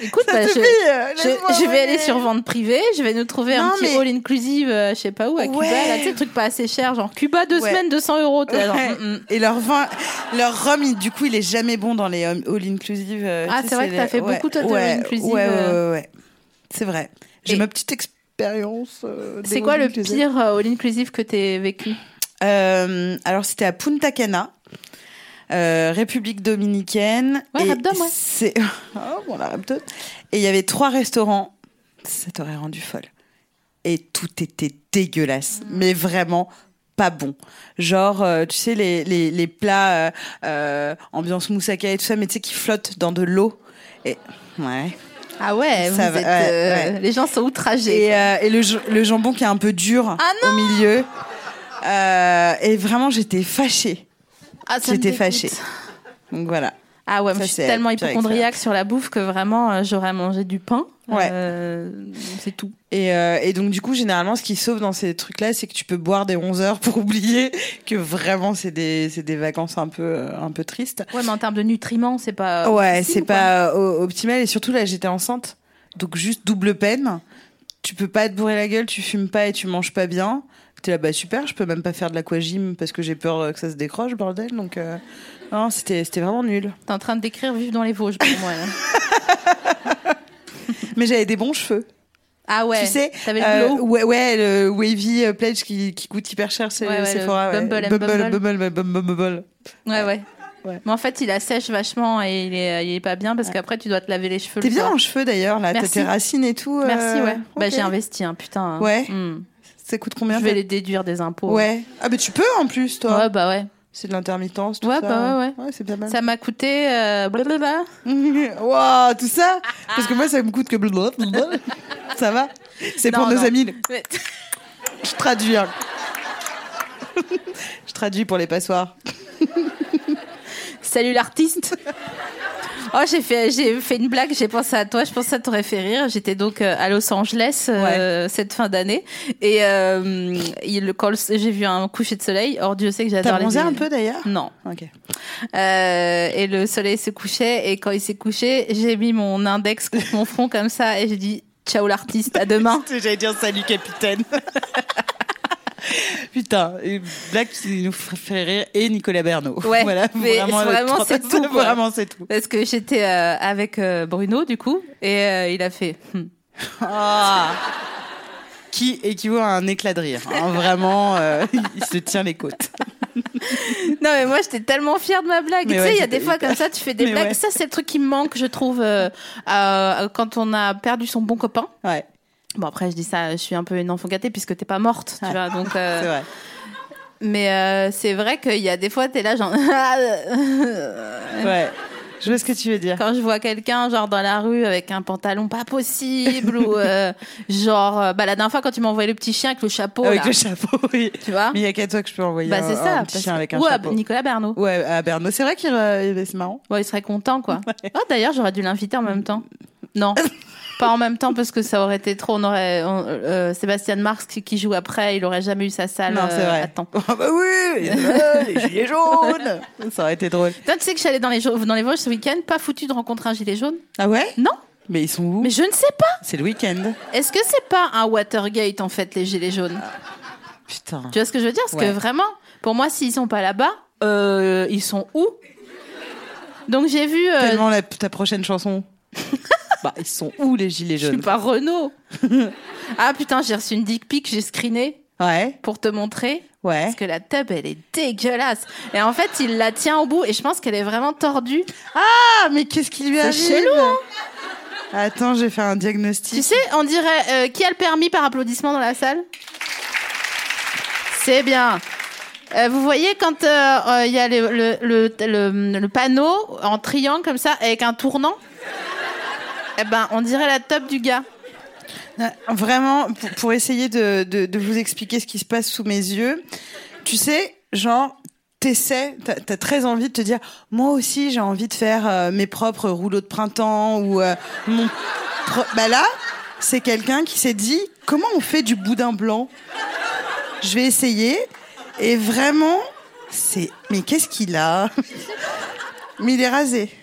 Speaker 2: Écoute,
Speaker 3: Ça
Speaker 2: bah, je,
Speaker 3: suffit, euh,
Speaker 2: je-
Speaker 3: laisse-moi
Speaker 2: je vais aller
Speaker 3: voler.
Speaker 2: sur vente privée, je vais nous trouver un
Speaker 3: Non,
Speaker 2: petit
Speaker 3: mais-
Speaker 2: all inclusive, euh, je sais pas où, à Cuba,
Speaker 3: Ouais.
Speaker 2: là, tu sais, le truc pas assez cher, genre Cuba, deux
Speaker 3: Ouais.
Speaker 2: semaines, 200 euros. t'es là, genre,
Speaker 3: Ouais.
Speaker 2: mm, mm.
Speaker 3: Et leur vin, leur rhum, il- du coup, il est jamais bon dans les um, all inclusive. euh,
Speaker 2: Ah,
Speaker 3: tu sais,
Speaker 2: c'est vrai que
Speaker 3: les-
Speaker 2: t'as fait
Speaker 3: ouais,
Speaker 2: beaucoup, toi, de
Speaker 3: ouais,
Speaker 2: all inclusive,
Speaker 3: Ouais, ouais,
Speaker 2: euh.
Speaker 3: ouais, ouais. C'est vrai. J'ai
Speaker 2: Et-
Speaker 3: ma petite expérience. euh, des
Speaker 2: C'est quoi
Speaker 3: all
Speaker 2: le
Speaker 3: inclusive.
Speaker 2: pire euh, all inclusive que t'aies vécu
Speaker 3: Euh, Alors, c'était à Punta Cana. euh, République dominicaine.
Speaker 2: Ouais,
Speaker 3: Et
Speaker 2: Rabdom, ouais.
Speaker 3: C'est. Oh, bon, la Rabdom. Et il y avait trois restaurants. Ça t'aurait rendu folle. Et tout était dégueulasse.
Speaker 2: Mm.
Speaker 3: Mais vraiment pas bon. Genre, euh, tu sais, les, les, les plats euh, euh, ambiance moussaka et tout ça, mais tu sais, qui flottent dans de l'eau. Et. Ouais.
Speaker 2: Ah ouais,
Speaker 3: Ça
Speaker 2: vous
Speaker 3: va,
Speaker 2: êtes,
Speaker 3: ouais,
Speaker 2: euh,
Speaker 3: ouais.
Speaker 2: les gens sont outragés.
Speaker 3: Et, euh, et le, ja- le jambon qui est un peu dur
Speaker 2: Ah non
Speaker 3: au milieu. Euh, et vraiment, j'étais fâchée.
Speaker 2: Ah, ça me
Speaker 3: J'étais
Speaker 2: dégoûte.
Speaker 3: fâchée. Donc voilà.
Speaker 2: Ah ouais, moi,
Speaker 3: Ça,
Speaker 2: je suis
Speaker 3: c'est
Speaker 2: tellement
Speaker 3: pire
Speaker 2: hypochondriaque sur la bouffe que vraiment euh, j'aurais mangé du pain.
Speaker 3: Ouais.
Speaker 2: Euh, c'est tout.
Speaker 3: Et, euh, et donc du coup, généralement, ce qui sauve dans ces trucs-là, c'est que tu peux boire des 11 heures pour oublier que vraiment, c'est des, c'est des vacances un peu, euh, un peu tristes.
Speaker 2: Ouais, mais en termes de nutriments, c'est pas. possible
Speaker 3: ouais, Ah, c'est
Speaker 2: ou quoi
Speaker 3: pas euh, optimal. Et surtout, là, j'étais enceinte. Donc juste double peine. Tu peux pas te bourrer la gueule, tu fumes pas et tu manges pas bien. T'es là, bah super, je peux même pas faire de l'aquagym parce que j'ai peur euh, que ça se décroche, bordel. Donc euh, non, c'était c'était vraiment nul.
Speaker 2: T'es en train de décrire vivre dans les Vosges pour moi. là.
Speaker 3: Mais j'avais des bons cheveux.
Speaker 2: Ah ouais.
Speaker 3: tu sais
Speaker 2: T'avais
Speaker 3: euh,
Speaker 2: le glow.
Speaker 3: ouais ouais le wavy euh, pledge qui, qui coûte hyper cher c'est
Speaker 2: Ouais, ouais,
Speaker 3: Sephora
Speaker 2: le
Speaker 3: ouais.
Speaker 2: Bumble and
Speaker 3: bumble,
Speaker 2: Bumble.
Speaker 3: bumble, bumble, bumble.
Speaker 2: Ouais, ouais.
Speaker 3: Ouais.
Speaker 2: Mais en fait, il assèche vachement et il est, euh, il est pas bien parce qu'après, tu dois te laver les cheveux.
Speaker 3: t'es
Speaker 2: le
Speaker 3: bien
Speaker 2: soir.
Speaker 3: en cheveux d'ailleurs là t'as
Speaker 2: Merci.
Speaker 3: tes racines et tout euh,
Speaker 2: Merci, ouais. Bah,
Speaker 3: ok.
Speaker 2: j'ai investi, hein, putain. hein.
Speaker 3: Ouais.
Speaker 2: Hmm.
Speaker 3: ça coûte combien
Speaker 2: Je vais
Speaker 3: ça
Speaker 2: les déduire des impôts.
Speaker 3: ouais ah mais tu peux en plus toi
Speaker 2: Ouais, bah ouais.
Speaker 3: c'est de l'intermittence tout
Speaker 2: Ouais,
Speaker 3: ça.
Speaker 2: bah ouais,
Speaker 3: c'est pas mal
Speaker 2: Ça m'a coûté. euh, blablabla.
Speaker 3: Waouh, tout ça parce que moi ça me coûte que blablabla. ça va c'est
Speaker 2: Non,
Speaker 3: pour nos
Speaker 2: non.
Speaker 3: amis
Speaker 2: Mais-
Speaker 3: je traduis hein. je traduis pour les passoires
Speaker 2: Salut l'artiste. Oh, j'ai fait, j'ai fait une blague, j'ai pensé à toi, je pense que ça t'aurait fait rire. J'étais donc euh, à Los Angeles euh, cette fin d'année et euh, il, quand le- j'ai vu un coucher de soleil. Or, Dieu sait que j'adore
Speaker 3: t'as
Speaker 2: les
Speaker 3: bronzé un
Speaker 2: villes.
Speaker 3: peu d'ailleurs
Speaker 2: Non.
Speaker 3: ok
Speaker 2: Euh, et le soleil se couchait et quand il s'est couché, j'ai mis mon index contre mon front comme ça et j'ai dit ciao l'artiste, à demain.
Speaker 3: J'allais dire salut capitaine. Putain, et Black qui nous fait rire et Nicolas Bernot.
Speaker 2: Ouais,
Speaker 3: voilà,
Speaker 2: mais
Speaker 3: vraiment,
Speaker 2: vraiment,
Speaker 3: notre-
Speaker 2: c'est tout, quoi.
Speaker 3: Vraiment, c'est tout.
Speaker 2: Parce que j'étais euh, avec euh, Bruno du coup et euh, il a fait. hmm.
Speaker 3: Ah. Qui équivaut à un éclat de rire. hein. Vraiment, euh, il se tient les côtes.
Speaker 2: Non mais moi j'étais tellement fière de ma blague.
Speaker 3: Mais
Speaker 2: tu
Speaker 3: ouais,
Speaker 2: sais, il y a
Speaker 3: c'était
Speaker 2: des fois
Speaker 3: hyper-
Speaker 2: comme ça, tu fais des
Speaker 3: Mais
Speaker 2: blagues.
Speaker 3: ouais.
Speaker 2: Ça c'est le truc qui me manque, je trouve, euh, euh, quand on a perdu son bon copain.
Speaker 3: Ouais,
Speaker 2: Bon après je dis ça, je suis un peu une enfant gâtée puisque t'es pas morte, tu
Speaker 3: Ouais.
Speaker 2: vois. Donc, euh,
Speaker 3: c'est vrai.
Speaker 2: mais euh, c'est vrai qu'il y a des fois t'es là genre
Speaker 3: Ouais. Je vois ce que tu veux dire.
Speaker 2: quand je vois quelqu'un genre dans la rue avec un pantalon pas possible ou euh, genre euh, bah la dernière fois quand tu m'as envoyé le petit chien avec le chapeau
Speaker 3: avec
Speaker 2: là,
Speaker 3: le chapeau, oui.
Speaker 2: tu vois.
Speaker 3: Mais il n'y a qu'à toi que je peux envoyer
Speaker 2: Hein Bah
Speaker 3: un,
Speaker 2: c'est ça.
Speaker 3: un petit
Speaker 2: parce
Speaker 3: chien
Speaker 2: que-
Speaker 3: avec un
Speaker 2: ou à
Speaker 3: chapeau.
Speaker 2: Nicolas Bernot.
Speaker 3: Ouais, à Bernot. C'est vrai qu'il euh, c'est marrant.
Speaker 2: Ouais, il serait content, quoi. Oh, d'ailleurs, j'aurais dû l'inviter en même temps. Non, pas en même temps parce que ça aurait été trop. On aurait on- euh, Sébastien Marx qui, qui joue après, il aurait jamais eu sa salle.
Speaker 3: non, c'est
Speaker 2: euh,
Speaker 3: vrai.
Speaker 2: à temps.
Speaker 3: Ah bah oui, les, les gilets jaunes. Ça aurait été drôle.
Speaker 2: Toi, tu sais que j'allais dans les jau- dans les Vosges ce week-end, pas foutu de rencontrer un gilet jaune.
Speaker 3: Ah ouais
Speaker 2: Non,
Speaker 3: Mais ils sont où
Speaker 2: Mm. mais je ne sais pas.
Speaker 3: C'est le week-end.
Speaker 2: Est-ce que c'est pas un Watergate en fait les gilets jaunes
Speaker 3: Putain.
Speaker 2: Tu vois ce que je veux dire Parce
Speaker 3: Ah. Ouais.
Speaker 2: que vraiment, pour moi, s'ils sont pas là-bas, euh, ils sont où Donc j'ai vu. euh,
Speaker 3: Tellement la- ta prochaine chanson. bah, ils sont où les gilets
Speaker 2: je suis
Speaker 3: jaunes
Speaker 2: pas Renault. ah putain, j'ai reçu une dick pic, j'ai screené
Speaker 3: Ouais,
Speaker 2: pour te montrer.
Speaker 3: ouais.
Speaker 2: Parce que la tub, elle est dégueulasse. Et en fait, il la tient au bout et je pense qu'elle est vraiment tordue.
Speaker 3: Ah, mais qu'est-ce qui lui
Speaker 2: C'est
Speaker 3: arrive
Speaker 2: chelou,
Speaker 3: Attends, j'ai fait un
Speaker 2: Tu
Speaker 3: diagnostic.
Speaker 2: sais, on dirait euh, qui a le permis par applaudissement dans la salle C'est bien. Euh, vous voyez quand euh, euh, il y a le, le, le, le- le panneau en triangle comme ça avec un tournant Eh ben, on dirait la tub du gars.
Speaker 3: Euh, Vraiment, pour, pour essayer de, de- de vous expliquer ce qui se passe sous mes yeux, tu sais, genre, t'essaies, t'as t'as très envie de te dire, moi aussi j'ai envie de faire euh, mes propres rouleaux de printemps ou euh, mon... pro- Bah là, c'est quelqu'un qui s'est dit, comment on fait du boudin blanc Je vais essayer. Et vraiment, c'est... Mais qu'est-ce qu'il a Mais il est rasé.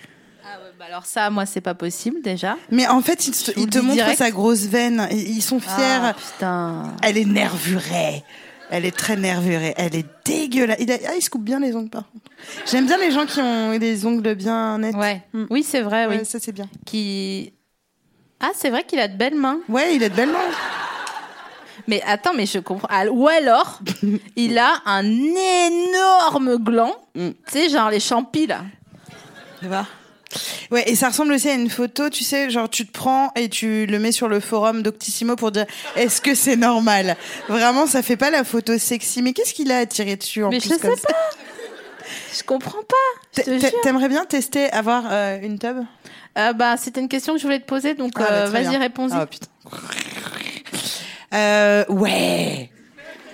Speaker 2: Alors ça, moi, c'est pas possible déjà.
Speaker 3: Mais en fait, il te,
Speaker 2: vous
Speaker 3: il
Speaker 2: le
Speaker 3: te
Speaker 2: dis
Speaker 3: montre
Speaker 2: direct.
Speaker 3: sa grosse veine. Ils ils sont fiers.
Speaker 2: Ah, putain.
Speaker 3: Elle est nervurée. Elle est très nervurée. Elle est dégueulasse. Il, a- ah, il se coupe bien les ongles, par contre. J'aime bien les gens qui ont des ongles bien nets.
Speaker 2: Ouais.
Speaker 3: Mm.
Speaker 2: Oui, c'est vrai. Oui.
Speaker 3: Ouais, ça, c'est bien.
Speaker 2: Qui. Ah, c'est vrai qu'il a de belles mains.
Speaker 3: Ouais, il est de belles mains.
Speaker 2: Mais attends, mais je comprends. Ah, Ou alors, il a un énorme gland.
Speaker 3: Mm.
Speaker 2: Tu sais, genre les champis là.
Speaker 3: Ouais, et ça ressemble aussi à une photo, tu sais, genre tu te prends et tu le mets sur le forum d'Octissimo pour dire est-ce que c'est normal Vraiment, ça fait pas la photo sexy. Mais qu'est-ce qu'il a attiré dessus en
Speaker 2: Mais
Speaker 3: plus
Speaker 2: je sais
Speaker 3: comme ça
Speaker 2: pas. Je comprends pas. Je
Speaker 3: T'a-
Speaker 2: te
Speaker 3: t'a-
Speaker 2: jure.
Speaker 3: T'aimerais bien tester avoir euh, une tub
Speaker 2: Euh, bah, c'était une question que je voulais te poser, donc
Speaker 3: Ah, bah,
Speaker 2: euh,
Speaker 3: très
Speaker 2: vas-y,
Speaker 3: bien.
Speaker 2: réponds-y.
Speaker 3: Ah, putain. Euh, ouais.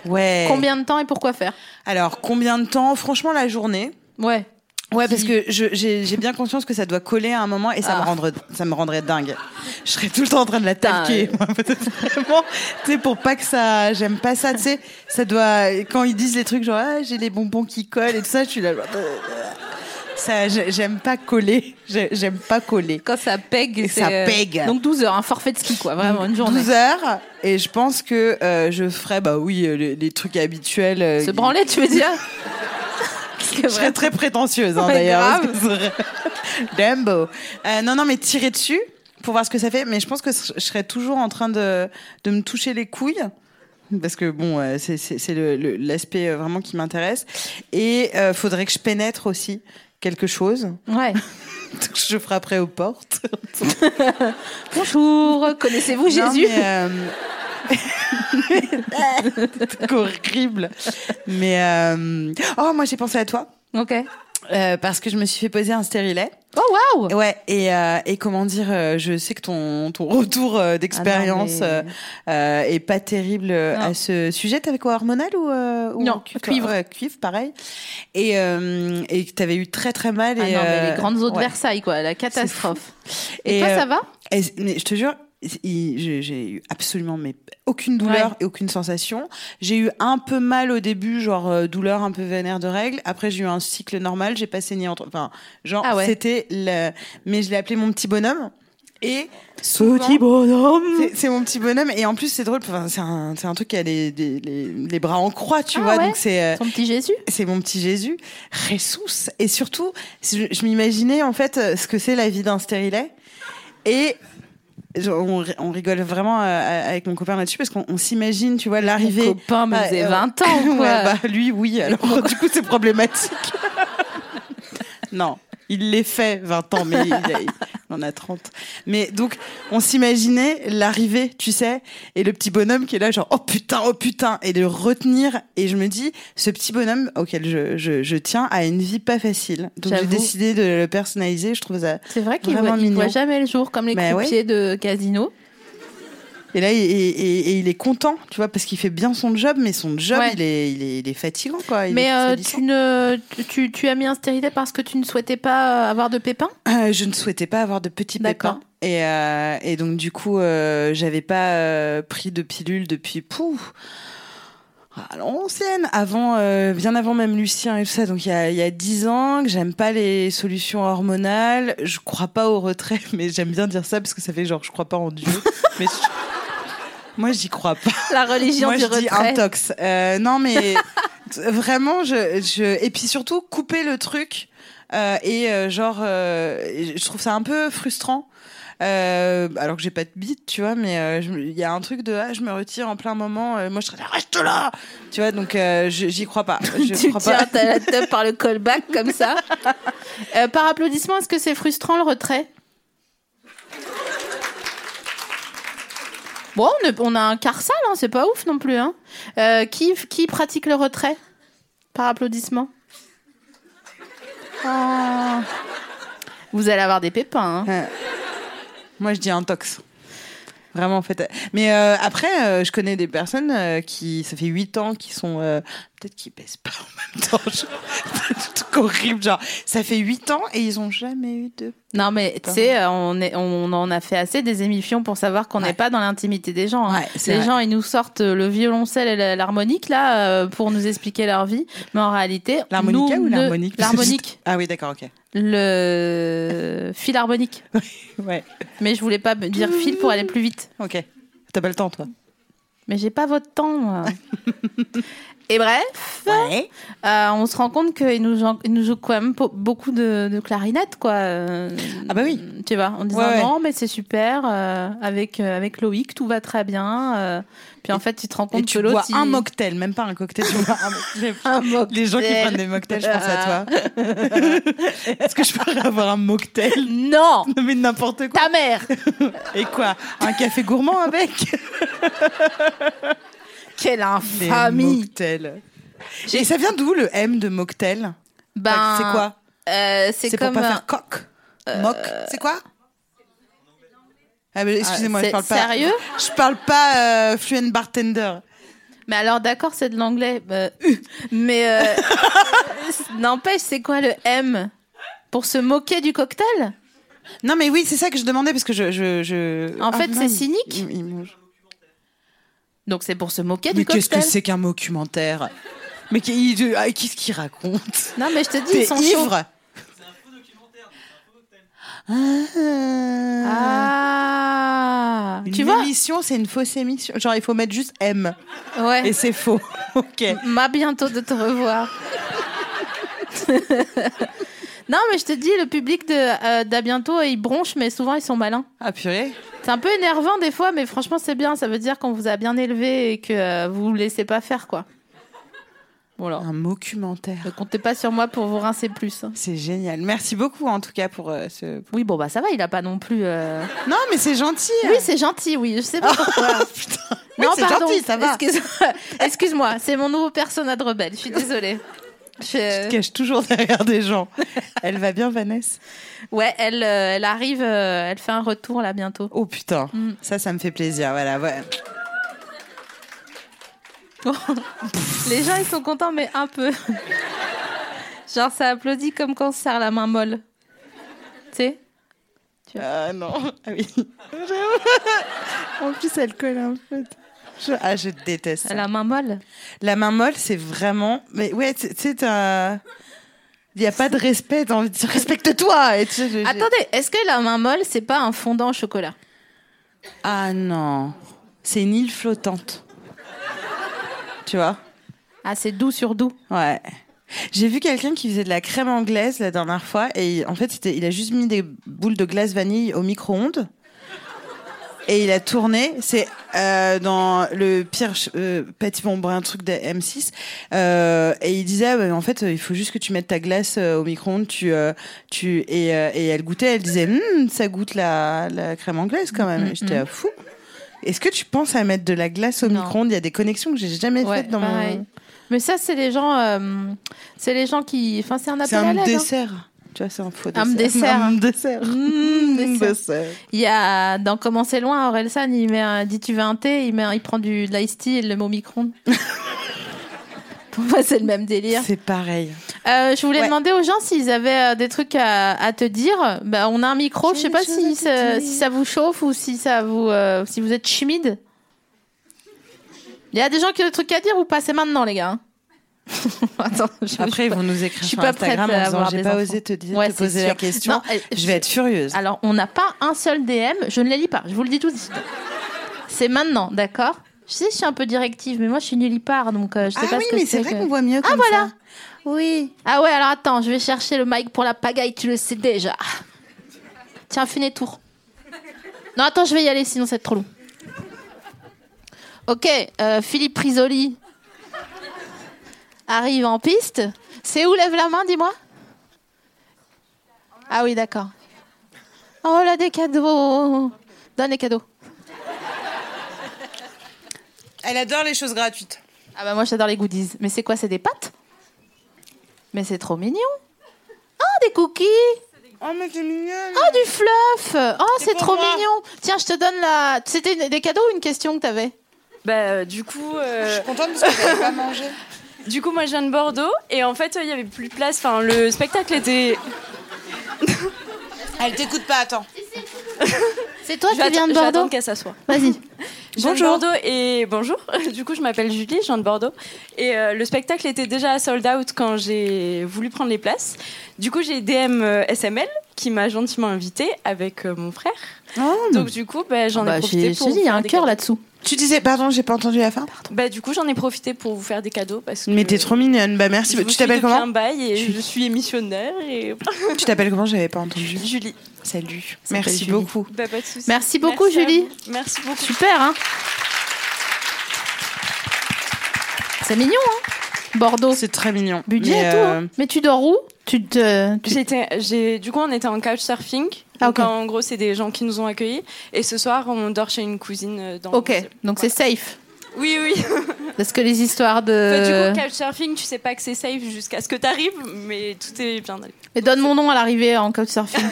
Speaker 3: Ouais.
Speaker 2: Combien de temps et pourquoi faire
Speaker 3: Alors, combien de temps Franchement, la journée.
Speaker 2: Ouais.
Speaker 3: Ouais, parce que je- j'ai j'ai bien conscience que ça doit coller à un moment et ça, me,
Speaker 2: Ah.
Speaker 3: rendrait, ça me rendrait dingue. Je serais tout le temps en train de la talquer. moi, peut-être Vraiment, tu sais, pour pas que ça. J'aime pas ça, tu sais. Ça doit. Quand ils disent les trucs genre, ah, j'ai les bonbons qui collent et tout ça, je suis là. genre, euh, Ça, j'ai- j'aime pas coller. J'ai- J'aime pas coller.
Speaker 2: Quand ça pègue,
Speaker 3: Ça
Speaker 2: c'est, euh,
Speaker 3: pègue.
Speaker 2: Donc 12 heures, un forfait de ski, quoi. Vraiment, une journée.
Speaker 3: 12 heures, et je pense que euh, je ferais, bah oui, euh, les, les trucs habituels. euh,
Speaker 2: Se branler, tu veux dire Parce que
Speaker 3: Je serais
Speaker 2: vraiment-
Speaker 3: très prétentieuse hein,
Speaker 2: Ouais,
Speaker 3: d'ailleurs.
Speaker 2: grave.
Speaker 3: parce que c'est vrai. Dumbo. Euh, non, non, mais tirer dessus pour voir ce que ça fait. Mais je pense que je serais toujours en train de, de me toucher les couilles. Parce que bon, euh, c'est- c'est c'est le- le- l'aspect euh, vraiment qui m'intéresse. Et euh, faudrait que je pénètre aussi quelque chose.
Speaker 2: Ouais.
Speaker 3: Donc, je frapperai aux portes.
Speaker 2: Bonjour, connaissez-vous
Speaker 3: Non,
Speaker 2: Jésus
Speaker 3: mais, euh,
Speaker 2: euh,
Speaker 3: C'est horrible. Mais euh, oh, moi j'ai pensé à toi
Speaker 2: Ok.
Speaker 3: euh, parce que je me suis fait poser un stérilet.
Speaker 2: Oh, waouh
Speaker 3: Ouais, et, euh, et comment dire, euh, je sais que ton, ton retour euh, d'expérience
Speaker 2: Ah non,
Speaker 3: euh, euh, est pas terrible euh,
Speaker 2: Non.
Speaker 3: à ce sujet. T'avais quoi, hormonal ou, euh, ou
Speaker 2: Non, cuivre.
Speaker 3: Ouais, cuivre, pareil. Et, euh, et que t'avais eu très très mal.
Speaker 2: Ah
Speaker 3: et,
Speaker 2: non, mais
Speaker 3: euh,
Speaker 2: les grandes eaux de
Speaker 3: ouais.
Speaker 2: Versailles, quoi, la catastrophe.
Speaker 3: Et,
Speaker 2: Et, toi,
Speaker 3: euh,
Speaker 2: ça va
Speaker 3: Et c- mais je te jure, il- j'ai j'ai eu absolument mais aucune douleur et aucune sensation. J'ai eu un peu mal au début, genre euh, douleur un peu vénère de règles. Après, j'ai eu un cycle normal, j'ai pas saigné entre. Enfin, genre,
Speaker 2: Ah ouais.
Speaker 3: c'était le. Mais je l'ai appelé mon petit bonhomme. Et. souvent-
Speaker 1: Petit bonhomme.
Speaker 3: c'est- C'est mon petit bonhomme. Et en plus, c'est drôle. Enfin, c'est un, c'est un truc qui a les, les, les- les bras en croix, tu
Speaker 2: Ah
Speaker 3: vois.
Speaker 2: ouais.
Speaker 3: Donc, c'est. euh,
Speaker 2: Ton petit Jésus
Speaker 3: c'est mon petit Jésus, Ressus. Et surtout, je, je m'imaginais en fait euh, ce que c'est la vie d'un stérilet. Et je- on, ri- on rigole vraiment euh, avec mon copain là-dessus parce qu'on on s'imagine, tu vois, l'arrivée.
Speaker 2: Mon copain me
Speaker 3: Ah,
Speaker 2: faisait
Speaker 3: euh,
Speaker 2: 20 ans, quoi.
Speaker 3: Ouais, bah, lui, oui. Alors, du coup, c'est problématique. non, il l'est fait 20 ans, mais il, a- il en a 30. Mais donc, on s'imaginait l'arrivée, tu sais, et le petit bonhomme qui est là, genre, oh putain, oh putain, et de le retenir. Et je me dis, ce petit bonhomme auquel je, je, je tiens a une vie pas facile. Donc, j'ai
Speaker 2: J'avoue.
Speaker 3: décidé de le personnaliser. Je trouve ça.
Speaker 2: C'est vrai qu'il
Speaker 3: Vraiment
Speaker 2: voit, il voit
Speaker 3: mignon.
Speaker 2: jamais le jour, comme les
Speaker 3: Bah ouais.
Speaker 2: croupiers de casino.
Speaker 3: Et là, il- et, et- et il est content, tu vois, parce qu'il fait bien son job, mais son job,
Speaker 2: Ouais.
Speaker 3: il, est, il, est, il est fatigant, quoi. Il
Speaker 2: Mais
Speaker 3: est
Speaker 2: euh,
Speaker 3: salissant.
Speaker 2: tu, ne, tu, tu as mis un stérilet parce que tu ne souhaitais pas avoir de pépins
Speaker 3: Euh, je ne souhaitais pas avoir de petits
Speaker 2: D'accord.
Speaker 3: pépins. Et, euh, et donc, du coup, euh, j'avais pas euh, pris de pilule depuis pouf. À l'ancienne, avant, euh, bien avant même Lucien et tout ça, donc il y a, il y a 10 ans, que j'aime pas les solutions hormonales, je crois pas au retrait, mais j'aime bien dire ça parce que ça fait genre je crois pas en Dieu. mais je- Moi j'y crois pas.
Speaker 2: La religion
Speaker 3: Moi,
Speaker 2: du
Speaker 3: je dis
Speaker 2: retrait.
Speaker 3: intox. Euh, non, mais vraiment, je, je. Et puis surtout, couper le truc. euh, et euh, genre, euh, je trouve ça un peu frustrant. Euh, alors que j'ai pas de bite, tu vois, mais euh, je- il y a un truc de ah, je me retire en plein moment. euh, moi, je serais là, reste là, tu vois. Donc, euh, je- j'y crois pas. Je
Speaker 2: tu
Speaker 3: crois
Speaker 2: tiens
Speaker 3: pas.
Speaker 2: ta la teub par le callback comme ça. Euh, par applaudissement, est-ce que c'est frustrant le retrait Bon, on, est- on a un quart sale, hein, c'est pas ouf non plus. Hein. Euh, qui, qui pratique le retrait Par applaudissement. Oh. Vous allez avoir des pépins. hein.
Speaker 3: Euh, moi, je dis intox. Vraiment, en fait. Mais euh, après, euh, je connais des personnes euh, qui, ça fait 8 ans, qui sont. euh, Peut-être qu'ils baissent pas en même temps. Je- C'est un truc horrible. Genre, ça fait 8 ans et ils ont jamais eu de.
Speaker 2: Non, mais tu sais, euh, on, est- on en a fait assez des émissions pour savoir qu'on n'est pas dans l'intimité des gens. hein.
Speaker 3: Ouais, c'est
Speaker 2: Les
Speaker 3: vrai.
Speaker 2: gens, ils nous sortent le violoncelle et la- l'harmonique là euh, pour nous expliquer leur vie, mais en réalité,
Speaker 3: L'harmonica
Speaker 2: nous
Speaker 3: ou
Speaker 2: ne-
Speaker 3: l'harmonique
Speaker 2: L'harmonique.
Speaker 3: Ah oui, d'accord, ok.
Speaker 2: le fil harmonique.
Speaker 3: Ouais.
Speaker 2: Mais je voulais pas me dire fil pour aller plus vite.
Speaker 3: Ok. T'as pas le temps, toi.
Speaker 2: Mais j'ai pas votre temps, moi. Et bref, euh, on se rend compte qu'il nous, joue- il nous joue quand même po- beaucoup de, de clarinette, quoi. Euh,
Speaker 3: Ah bah oui.
Speaker 2: Tu vois, en disant
Speaker 3: Ouais, ouais.
Speaker 2: non, mais c'est super, euh, avec, euh, avec Loïc, tout va très bien. euh. puis en fait, tu te rends compte
Speaker 3: Et tu
Speaker 2: que l'autre.
Speaker 3: bois un
Speaker 2: il-
Speaker 3: mocktail, même pas un cocktail. Tu bois un mocktail.
Speaker 2: un mocktail.
Speaker 3: Les gens qui prennent des mocktails, je pense à toi. Est-ce que je pourrais avoir un mocktail
Speaker 2: Non
Speaker 3: Non, Mais n'importe quoi.
Speaker 2: Ta mère
Speaker 3: Et quoi Un café gourmand avec
Speaker 2: Quelle
Speaker 3: Des
Speaker 2: infamie
Speaker 3: mocktails. Et ça vient d'où le M de mocktail
Speaker 2: Ben,
Speaker 3: Bah, C'est quoi
Speaker 2: euh, C'est
Speaker 3: C'est pour
Speaker 2: comme.
Speaker 3: pas
Speaker 2: un- Euh,
Speaker 3: faire coq. Mock. C'est quoi ah, mais excusez-moi, je
Speaker 2: c'est
Speaker 3: parle pas.
Speaker 2: sérieux
Speaker 3: Je parle pas euh, fluent bartender.
Speaker 2: Mais alors, d'accord, c'est de l'anglais. euh, mais euh, n'empêche, c'est quoi le M Pour se moquer du cocktail
Speaker 3: Non, mais oui, c'est ça que je demandais parce que je. je, je- Ah,
Speaker 2: En fait,
Speaker 3: non,
Speaker 2: c'est
Speaker 3: il-
Speaker 2: cynique.
Speaker 3: il- il mange.
Speaker 2: Donc c'est pour se moquer
Speaker 3: Mais
Speaker 2: du
Speaker 3: qu'est-ce que
Speaker 2: cocktail.
Speaker 3: c'est qu'un documentaire Mais qui- il- ah, qu'est-ce qu'il raconte
Speaker 2: non, mais je te dis,
Speaker 3: T'es
Speaker 2: ils sont chauds.
Speaker 3: ivre Ah.
Speaker 2: Ah,
Speaker 3: Une
Speaker 2: tu vois
Speaker 3: émission, c'est une fausse émission. Genre, il faut mettre juste M et
Speaker 2: Ouais.
Speaker 3: c'est faux. ok.
Speaker 2: Ma bientôt de te revoir. non, mais je te dis, le public de euh, d'à bientôt, ils bronchent, mais souvent ils sont malins.
Speaker 3: Ah purée.
Speaker 2: C'est un peu énervant des fois, mais franchement, c'est bien. Ça veut dire qu'on vous a bien élevé et que euh, vous vous laissez pas faire, quoi. Voilà.
Speaker 3: Un documentaire.
Speaker 2: Ne comptez pas sur moi pour vous rincer plus. hein.
Speaker 3: C'est génial. Merci beaucoup en tout cas pour euh, ce.
Speaker 2: Oui, bon, bah ça va, il a pas non plus. euh, Ah,
Speaker 3: Non, mais c'est gentil. hein.
Speaker 2: Oui, c'est gentil, oui, je sais pas pourquoi.
Speaker 3: Oui, c'est gentil, ça va.
Speaker 2: Excuse- Excuse-moi, c'est mon nouveau persona de rebelle, je suis désolée. Je-
Speaker 3: Elle cache toujours derrière des gens. Elle va bien, Vanessa
Speaker 2: Ouais, elle, euh, elle arrive, euh, elle fait un retour là bientôt.
Speaker 3: Oh putain, ça, ça me fait plaisir. Voilà, ouais.
Speaker 2: Les gens, ils sont contents, mais un peu. Genre, ça applaudit comme quand on se serre la main molle. Tu sais
Speaker 3: Ah non, ah oui. en plus, elle colle un peu. Je- Ah, je déteste. ça.
Speaker 2: La main molle
Speaker 3: La main molle, c'est vraiment. Mais ouais, tu tu sais, t'as- Il n'y a pas de respect. t'as envie de dire, Respecte-toi. et tu sais, je-
Speaker 2: Attendez, est-ce que la main molle, c'est pas un fondant au chocolat
Speaker 3: Ah non, c'est une île flottante. tu vois
Speaker 2: Ah, c'est doux sur doux.
Speaker 3: Ouais. J'ai vu quelqu'un qui faisait de la crème anglaise la dernière fois et il- en fait c'était- il a juste mis des boules de glace vanille au micro-ondes et il a tourné. C'est euh, dans le pire ch- euh, petit bon un truc de M6 euh, et il disait ah, bah, en fait euh, il faut juste que tu mettes ta glace euh, au micro-ondes tu euh, tu et, euh, et elle goûtait elle disait Hum, ça goûte la, la crème anglaise quand même. J'étais ah, fou. Est-ce que tu penses à mettre de la glace au
Speaker 2: Mm-hmm. Non.
Speaker 3: micro-ondes Il y a des connexions que j'ai jamais
Speaker 2: Ouais,
Speaker 3: faites dans
Speaker 2: pareil.
Speaker 3: mon
Speaker 2: Mais ça, c'est les gens, euh, c'est les gens qui, enfin, c'est un appel
Speaker 3: C'est
Speaker 2: à
Speaker 3: un
Speaker 2: l'aide, hein.
Speaker 3: dessert. Tu vois, c'est un faux dessert.
Speaker 2: Un dessert.
Speaker 3: Un dessert.
Speaker 2: Mmh,
Speaker 3: Un
Speaker 2: dessert.
Speaker 3: dessert.
Speaker 2: Il y a dans Commencer loin, Orelsan, il met un, dit tu veux un thé, il met un- il prend du de l'ice tea et le mot micron. Pour moi, c'est le même délire.
Speaker 3: C'est pareil.
Speaker 2: Euh, je voulais
Speaker 3: Ouais.
Speaker 2: demander aux gens s'ils avaient euh, des trucs à, à te dire. Bah, on a un micro. Je sais pas si ça, si ça vous chauffe ou si ça vous euh, si vous êtes chimide. Il y a des gens qui ont des trucs à dire ou pas C'est maintenant, les gars. hein. Attends, je-
Speaker 3: Après, ils vont nous écrire
Speaker 2: je suis
Speaker 3: sur
Speaker 2: pas
Speaker 3: Instagram
Speaker 2: prête à
Speaker 3: en disant
Speaker 2: avoir
Speaker 3: j'ai
Speaker 2: des
Speaker 3: pas
Speaker 2: enfants.
Speaker 3: osé te, dire,
Speaker 2: Ouais,
Speaker 3: te
Speaker 2: c'est
Speaker 3: poser la
Speaker 2: sûr.
Speaker 3: question.
Speaker 2: Non, euh,
Speaker 3: je vais être furieuse.
Speaker 2: Alors, on n'a pas un seul DM, je ne les lis pas, je vous le dis tout de suite. C'est maintenant, d'accord Je sais, je suis un peu directive, mais moi, je suis nulle part, donc euh, je sais
Speaker 3: ah
Speaker 2: pas
Speaker 3: oui,
Speaker 2: ce que
Speaker 3: mais c'est vrai
Speaker 2: que-
Speaker 3: qu'on voit mieux
Speaker 2: Ah,
Speaker 3: comme
Speaker 2: voilà.
Speaker 3: ça. Oui.
Speaker 2: Ah ouais, alors attends, je vais chercher le mic pour la pagaille, tu le sais déjà. Tiens, fais des tours. Non, attends, je vais y aller, sinon c'est trop long. Ok, euh, Philippe Prisoli arrive en piste. C'est où Lève la main, dis-moi Ah oui, d'accord. Oh là, des cadeaux Donne les cadeaux.
Speaker 3: Elle adore les choses gratuites.
Speaker 2: Ah bah moi j'adore les goodies. Mais c'est quoi, c'est des pâtes Mais c'est trop mignon Ah, des cookies
Speaker 3: Oh, mais c'est mignon.
Speaker 2: Ah, du fluff Oh, c'est
Speaker 3: pour
Speaker 2: trop
Speaker 3: moi.
Speaker 2: mignon Tiens, je te donne la... C'était une- des cadeaux ou une question que t'avais
Speaker 7: Bah, euh, du coup, euh,
Speaker 3: Contente parce que j'avais pas mangé.
Speaker 7: du coup, moi, je viens de Bordeaux et en fait, euh, il y avait plus de place. Enfin, le spectacle était.
Speaker 3: Elle t'écoute pas, attends.
Speaker 2: C'est toi
Speaker 7: Je vais
Speaker 2: qui viens de
Speaker 7: atte-
Speaker 2: Ah,
Speaker 7: je vais attendre
Speaker 2: Bordeaux
Speaker 7: qu'elle s'assoie.
Speaker 2: Vas-y.
Speaker 7: Jeanne
Speaker 3: Bonjour.
Speaker 7: Bordeaux et bonjour. Du coup, je m'appelle Julie, Jean de Bordeaux. Et euh, le spectacle était déjà sold out quand j'ai voulu prendre les places. Du coup, j'ai DM euh, SML qui m'a gentiment invitée avec euh, mon frère.
Speaker 3: Oh,
Speaker 7: Donc du coup, bah, j'en ai
Speaker 2: Hmm. Bah,
Speaker 7: profité
Speaker 2: j'ai- je
Speaker 7: pour.
Speaker 2: te dis, il y a
Speaker 7: vous faire
Speaker 2: un
Speaker 7: des
Speaker 2: cœur
Speaker 7: cadeaux.
Speaker 2: là-dessous.
Speaker 3: Tu disais, pardon, j'ai pas entendu la fin.
Speaker 7: Bah du coup, j'en ai profité pour vous faire des cadeaux parce que.
Speaker 3: Mais t'es trop mignonne. Bah merci.
Speaker 7: Je vous
Speaker 3: Tu
Speaker 7: suis
Speaker 3: t'appelles
Speaker 7: depuis
Speaker 3: comment
Speaker 7: Un bail et je suis émissionnaire et
Speaker 3: Tu t'appelles comment J'avais pas entendu.
Speaker 7: Julie.
Speaker 3: Salut.
Speaker 7: Ça s'appelle
Speaker 3: Merci
Speaker 7: Julie.
Speaker 3: beaucoup.
Speaker 7: Bah, pas de soucis.
Speaker 2: Merci beaucoup,
Speaker 7: à
Speaker 2: Julie.
Speaker 7: vous. Merci beaucoup.
Speaker 2: Super, hein C'est mignon, hein Bordeaux.
Speaker 3: C'est très mignon.
Speaker 2: Budget
Speaker 3: Mais,
Speaker 2: et tout. hein.
Speaker 3: euh,
Speaker 2: Mais tu dors où Tu te. tu-
Speaker 7: J'étais, j'ai, du coup, on était en couchsurfing.
Speaker 2: Ah,
Speaker 7: Donc,
Speaker 2: ok.
Speaker 7: En gros, c'est des gens qui nous ont accueillis. Et ce soir, on dort chez une cousine euh, dans.
Speaker 2: Ok, donc c'est Euh. safe.
Speaker 7: Oui, oui.
Speaker 2: Parce que les histoires
Speaker 7: Enfin,
Speaker 2: de.
Speaker 7: du coup, couchsurfing, tu sais pas que c'est safe jusqu'à ce que t'arrives, mais tout est bien allé.
Speaker 2: Et donne mon nom à l'arrivée en couchsurfing.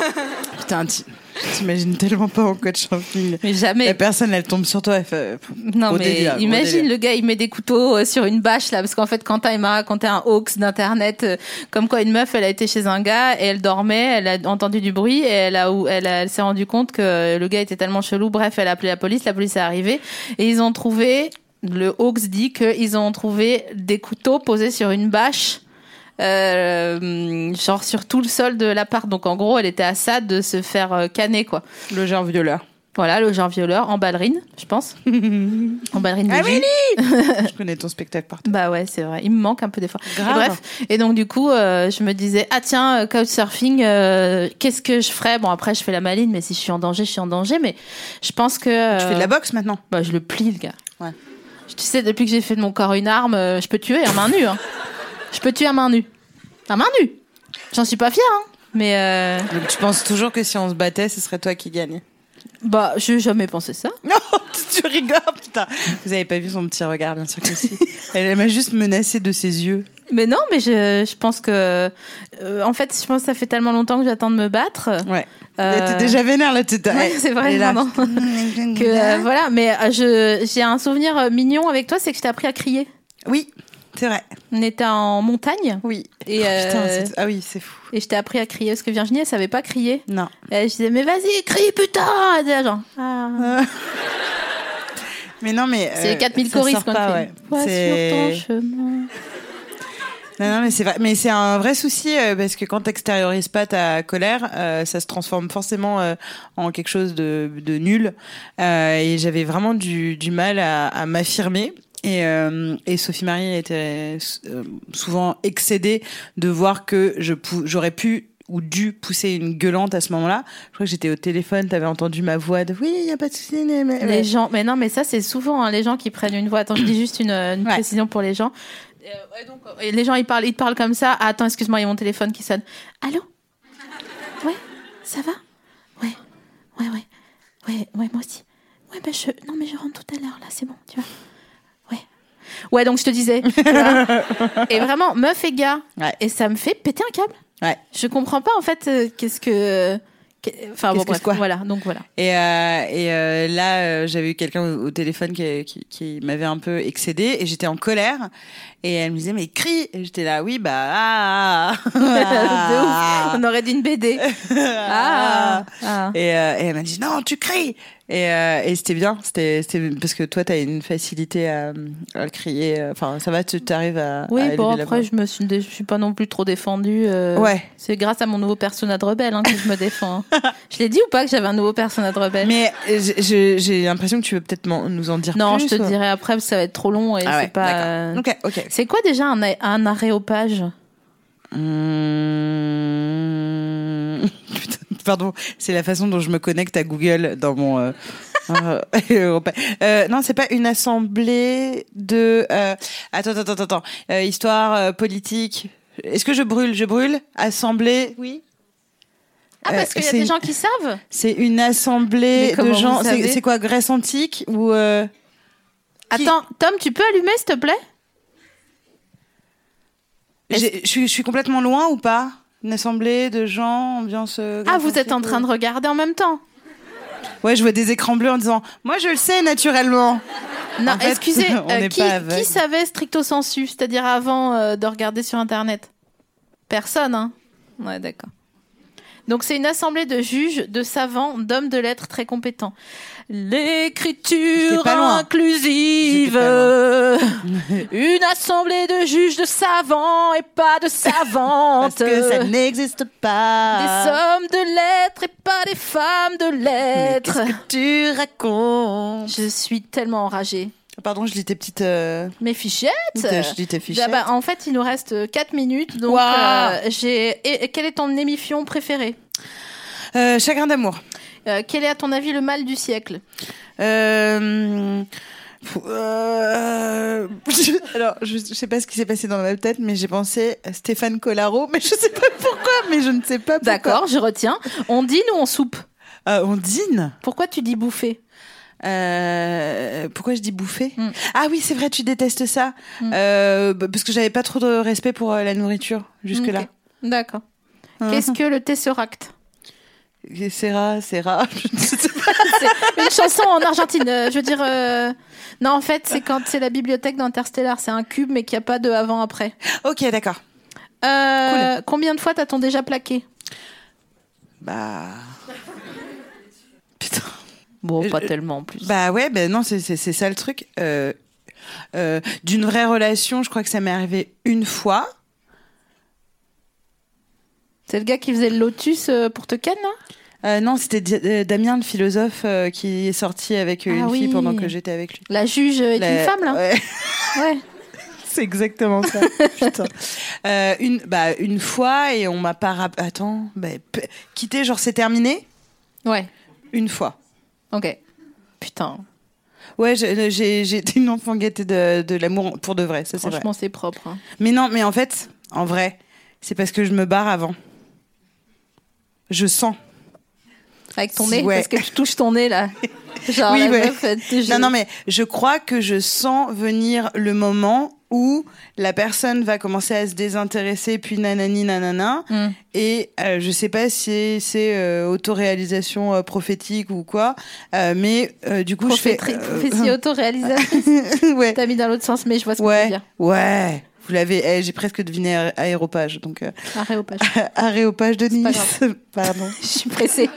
Speaker 3: Putain, t'i- t'imagines tellement pas en coach shopping.
Speaker 2: Mais
Speaker 3: La
Speaker 2: jamais.
Speaker 3: personne, elle tombe sur toi. Elle fait...
Speaker 2: Non,
Speaker 3: Au
Speaker 2: mais
Speaker 3: délire, au
Speaker 2: imagine
Speaker 3: délire.
Speaker 2: le gars, il met des couteaux euh, sur une bâche là, parce qu'en fait, Quentin, il m'a raconté un hoax d'internet, euh, comme quoi une meuf, elle a été chez un gars et elle dormait, elle a entendu du bruit et elle a, ou- elle, a- elle s'est rendu compte que euh, le gars était tellement chelou. Bref, elle a appelé la police, la police est arrivée et ils ont trouvé. Le hoax dit qu'ils ont trouvé des couteaux posés sur une bâche. euh, genre sur tout le sol de l'appart. Donc en gros, elle était à ça de se faire euh, canner quoi.
Speaker 3: Le genre violeur.
Speaker 2: Voilà, le genre violeur en ballerine, je pense. en ballerine
Speaker 3: Ah,
Speaker 2: de jean.
Speaker 3: Je connais ton spectacle par
Speaker 2: Bah ouais, c'est vrai. Il me manque un peu des fois.
Speaker 3: Grave.
Speaker 2: Et bref. Et donc du coup, euh, je me disais ah tiens, euh, couchsurfing, euh, qu'est-ce que je ferais Bon après, je fais la maline, mais si je suis en danger, je suis en danger. Mais je pense que
Speaker 3: Tu fais de la boxe maintenant
Speaker 2: bah, je le plie le gars.
Speaker 3: Ouais.
Speaker 2: Je- Tu sais, depuis que j'ai fait de mon corps une arme, euh, je peux tuer à main nue. hein. Je peux tuer à main nue. À main nue. J'en suis pas fière. Hein. Mais euh,
Speaker 3: Donc tu penses toujours que si on se battait, ce serait toi qui gagnais
Speaker 2: bah, je jamais pensé ça.
Speaker 3: Non, tu rigoles, putain Vous avez pas vu son petit regard, bien sûr que si. Elle, elle m'a juste menacé de ses yeux.
Speaker 2: Mais non, mais je, je pense que. euh, en fait, je pense que ça fait tellement longtemps que j'attends de me battre.
Speaker 3: Ouais.
Speaker 2: Euh,
Speaker 3: Elle était déjà vénère, là, t'étais...
Speaker 2: ouais, c'est vrai, vraiment. Que, euh, voilà, mais euh, je- j'ai un souvenir euh, mignon avec toi, c'est que je t'ai appris à crier.
Speaker 3: Oui, c'est vrai.
Speaker 2: On était en montagne
Speaker 3: Oui.
Speaker 2: et, euh,
Speaker 3: Putain, c'est- ah oui, c'est fou.
Speaker 2: et je t'ai appris à crier parce que Virginie, elle savait pas crier.
Speaker 3: Non.
Speaker 2: Et elle, je disais, mais vas-y, crie, putain Elle disait, genre, ah.
Speaker 3: Mais non, mais...
Speaker 2: C'est les
Speaker 3: euh,
Speaker 2: 4000
Speaker 3: ça
Speaker 2: choristes
Speaker 3: sort
Speaker 2: qu'on
Speaker 3: pas,
Speaker 2: fait.
Speaker 3: ouais.
Speaker 2: Vois
Speaker 3: C'est-
Speaker 2: sur ton chemin.
Speaker 3: Non, non, mais c'est vrai. Mais c'est un vrai souci euh, parce que quand t'extériorises pas ta colère, euh, ça se transforme forcément euh, en quelque chose de, de nul. Euh, et j'avais vraiment du, du mal à, à m'affirmer. Et, euh, et Sophie Marie était euh, souvent excédée de voir que je pou- j'aurais pu ou dû pousser une gueulante à ce moment-là. Je crois que j'étais au téléphone, t'avais entendu ma voix de oui, y a pas de souci. mais- mais-
Speaker 2: Les gens, mais non, mais ça c'est souvent hein, les gens qui prennent une voix. Attends, je dis juste une, euh, une
Speaker 3: Ouais.
Speaker 2: précision pour les gens. Euh, ouais, donc, euh, et les gens ils parlent, ils te parlent comme ça. Ah, attends, excuse-moi, il y a mon téléphone qui sonne. Allô Ouais, ça va Ouais, ouais, ouais, ouais, ouais, moi aussi. Ouais, ben je, non mais je rentre tout à l'heure là, c'est bon, tu vois. Ouais, ouais, donc je te disais. tu vois. et vraiment, meuf et gars,
Speaker 3: Ouais.
Speaker 2: et ça me fait péter un câble.
Speaker 3: Ouais.
Speaker 2: Je comprends pas en fait euh, qu'est-ce que, qu'est- enfin
Speaker 3: Qu'est-ce
Speaker 2: bon
Speaker 3: que
Speaker 2: bref,
Speaker 3: c'est quoi
Speaker 2: voilà, donc voilà.
Speaker 3: Et, euh, et euh, là, euh, j'avais eu quelqu'un au, au téléphone qui, qui, qui m'avait un peu excédé et j'étais en colère. Et elle me disait, mais crie Et j'étais là, oui, bah... Ah,
Speaker 2: De ouf.
Speaker 3: ah,
Speaker 2: On aurait dit une BD. Ah, ah.
Speaker 3: Et, euh, et elle m'a dit, non, tu cries Et, euh, et c'était bien, c'était c'était- parce que toi, t'as une facilité à, à crier. euh, Enfin, ça va, tu t'arrives à... à
Speaker 2: Oui,
Speaker 3: élever
Speaker 2: bon
Speaker 3: la
Speaker 2: après
Speaker 3: voix.
Speaker 2: je me suis, dé- je suis pas non plus trop défendue. euh,
Speaker 3: Ouais.
Speaker 2: C'est grâce à mon nouveau personnage de rebelle hein, que je me défends. je l'ai dit ou pas que j'avais un nouveau personnage de rebelle
Speaker 3: Mais euh, j'ai- j'ai j'ai l'impression que tu veux peut-être m'en- nous en dire
Speaker 2: Non,
Speaker 3: plus.
Speaker 2: je te
Speaker 3: ou-
Speaker 2: dirai après parce que ça va être trop long et
Speaker 3: Ah
Speaker 2: c'est
Speaker 3: ouais,
Speaker 2: pas.
Speaker 3: d'accord.
Speaker 2: euh,
Speaker 3: Ok, ok.
Speaker 2: C'est quoi déjà un, a- un aréopage
Speaker 3: Mmh. Putain, Pardon, c'est la façon dont je me connecte à Google dans mon. euh, euh, européen. Euh, non, c'est pas une assemblée de. euh, Attends, attends, attends, attends. Euh, histoire euh, politique. Est-ce que je brûle Je brûle. Assemblée. Oui.
Speaker 2: Ah
Speaker 3: Euh,
Speaker 2: parce qu'il y a des gens qui savent.
Speaker 3: C'est une assemblée
Speaker 2: Mais comment
Speaker 3: de gens.
Speaker 2: vous
Speaker 3: C'est
Speaker 2: savez
Speaker 3: c'est quoi Grèce antique ou euh, Qui-
Speaker 2: Attends, Tom, tu peux allumer s'il te plaît Est-ce-
Speaker 3: j'ai- Je suis- je suis complètement loin ou pas Une assemblée de gens, ambiance. euh,
Speaker 2: Ah,
Speaker 3: Grèce
Speaker 2: vous êtes en
Speaker 3: antique,
Speaker 2: train
Speaker 3: ou-
Speaker 2: de regarder en même temps.
Speaker 3: Ouais, je vois des écrans bleus en disant Moi, je le sais naturellement.
Speaker 2: Non,
Speaker 3: En fait,
Speaker 2: excusez,
Speaker 3: on
Speaker 2: euh,
Speaker 3: n'est
Speaker 2: qui,
Speaker 3: pas aveugle.
Speaker 2: qui savait stricto sensu, c'est-à-dire avant euh, de regarder sur Internet Personne, hein Ouais, d'accord. Donc c'est une assemblée de juges, de savants, d'hommes de lettres très compétents. L'écriture
Speaker 3: J'étais pas loin.
Speaker 2: inclusive. une assemblée de juges, de savants et pas de
Speaker 3: Parce
Speaker 2: savantes.
Speaker 3: que ça n'existe
Speaker 2: Des
Speaker 3: pas.
Speaker 2: hommes de lettres et pas des femmes de lettres.
Speaker 3: Qu'est-ce que tu racontes Ah,
Speaker 2: Je suis tellement enragée.
Speaker 3: Pardon, je lis tes petites. euh,
Speaker 2: Mes fichettes
Speaker 3: je lis tes fiches.
Speaker 2: Ah bah, En fait, il nous reste 4 minutes. Donc,
Speaker 3: Waouh.
Speaker 2: euh, j'ai. et- et quel est ton émission préféré
Speaker 3: Euh, chagrin d'amour.
Speaker 2: Euh, Quel est, à ton avis, le mal du siècle
Speaker 3: Euh, pff, euh, Alors, je, je sais pas ce qui s'est passé dans ma tête, mais j'ai pensé à Stéphane Collaro, mais je sais pas pourquoi, mais je ne sais pas pourquoi.
Speaker 2: D'accord, je retiens. On dîne ou on soupe
Speaker 3: Euh, on dîne
Speaker 2: Pourquoi tu dis bouffer
Speaker 3: Euh, Pourquoi je dis bouffer
Speaker 2: Mm.
Speaker 3: Ah oui, c'est vrai, tu détestes ça.
Speaker 2: Hmm.
Speaker 3: Euh, bah, parce que j'avais pas trop de respect pour euh, la nourriture jusque-là.
Speaker 2: Ok. D'accord.
Speaker 3: Mhm.
Speaker 2: Qu'est-ce que le tesseract
Speaker 3: C'est rare, c'est rare. Je ne sais pas.
Speaker 2: C'est une chanson en Argentine. euh, je veux dire. euh, Non, en fait, c'est quand c'est la bibliothèque d'Interstellar. C'est un cube, mais qu'il n'y a pas de avant-après.
Speaker 3: ok, d'accord.
Speaker 2: Euh, Combien de fois t'as-t-on déjà plaqué
Speaker 3: Bah. Putain.
Speaker 2: Bon,
Speaker 3: pas
Speaker 2: tellement en plus.
Speaker 3: Bah ouais, ben non, c'est c'est- c'est ça le truc. Euh, euh, D'une vraie relation, je crois que ça m'est arrivé une fois.
Speaker 2: C'est le gars qui faisait le lotus euh, pour te ken, là
Speaker 3: Euh, non, c'était Di- euh, Damien, le philosophe, euh, qui est sorti avec euh,
Speaker 2: Ah
Speaker 3: une
Speaker 2: oui.
Speaker 3: fille pendant que j'étais avec lui.
Speaker 2: La juge est
Speaker 3: La-
Speaker 2: une femme, là
Speaker 3: Ouais,
Speaker 2: Ouais.
Speaker 3: c'est exactement ça. Putain. Euh, une, bah, une fois, et on m'a pas... rap- Attends, bah, p- quitté, genre c'est terminé
Speaker 2: Ouais.
Speaker 3: Une fois.
Speaker 2: Ok. Putain,
Speaker 3: Ouais, j'ai- j'ai j'ai été une enfant gâtée de, de l'amour pour de vrai, ça c'est vrai.
Speaker 2: franchement, c'est propre. hein.
Speaker 3: Mais non, mais en fait, en vrai, c'est parce que je me barre avant. Je sens.
Speaker 2: Avec ton
Speaker 3: Si,
Speaker 2: nez,
Speaker 3: ouais.
Speaker 2: parce que tu touches ton nez, là. Genre,
Speaker 3: Oui,
Speaker 2: la
Speaker 3: ouais.
Speaker 2: meuf, elle te-
Speaker 3: Non, non, mais je crois que je sens venir le moment où la personne va commencer à se désintéresser, puis nanani nanana.
Speaker 2: Mm.
Speaker 3: Et euh, je sais pas si c'est euh, autoréalisation euh, prophétique ou quoi, euh, mais euh, du coup,
Speaker 2: Prophétrie-
Speaker 3: je
Speaker 2: prophétie
Speaker 3: fais. euh,
Speaker 2: autoréalisatrice.
Speaker 3: ouais.
Speaker 2: T'as mis dans l'autre sens, mais je vois ce que tu veux
Speaker 3: Ouais.
Speaker 2: dire.
Speaker 3: Ouais. Vous l'avez. eh, J'ai presque deviné aé- aéropage. Donc, euh,
Speaker 2: Arrêt au page.
Speaker 3: aéropage de
Speaker 2: pas
Speaker 3: Nice. Pardon.
Speaker 2: Je suis pressée.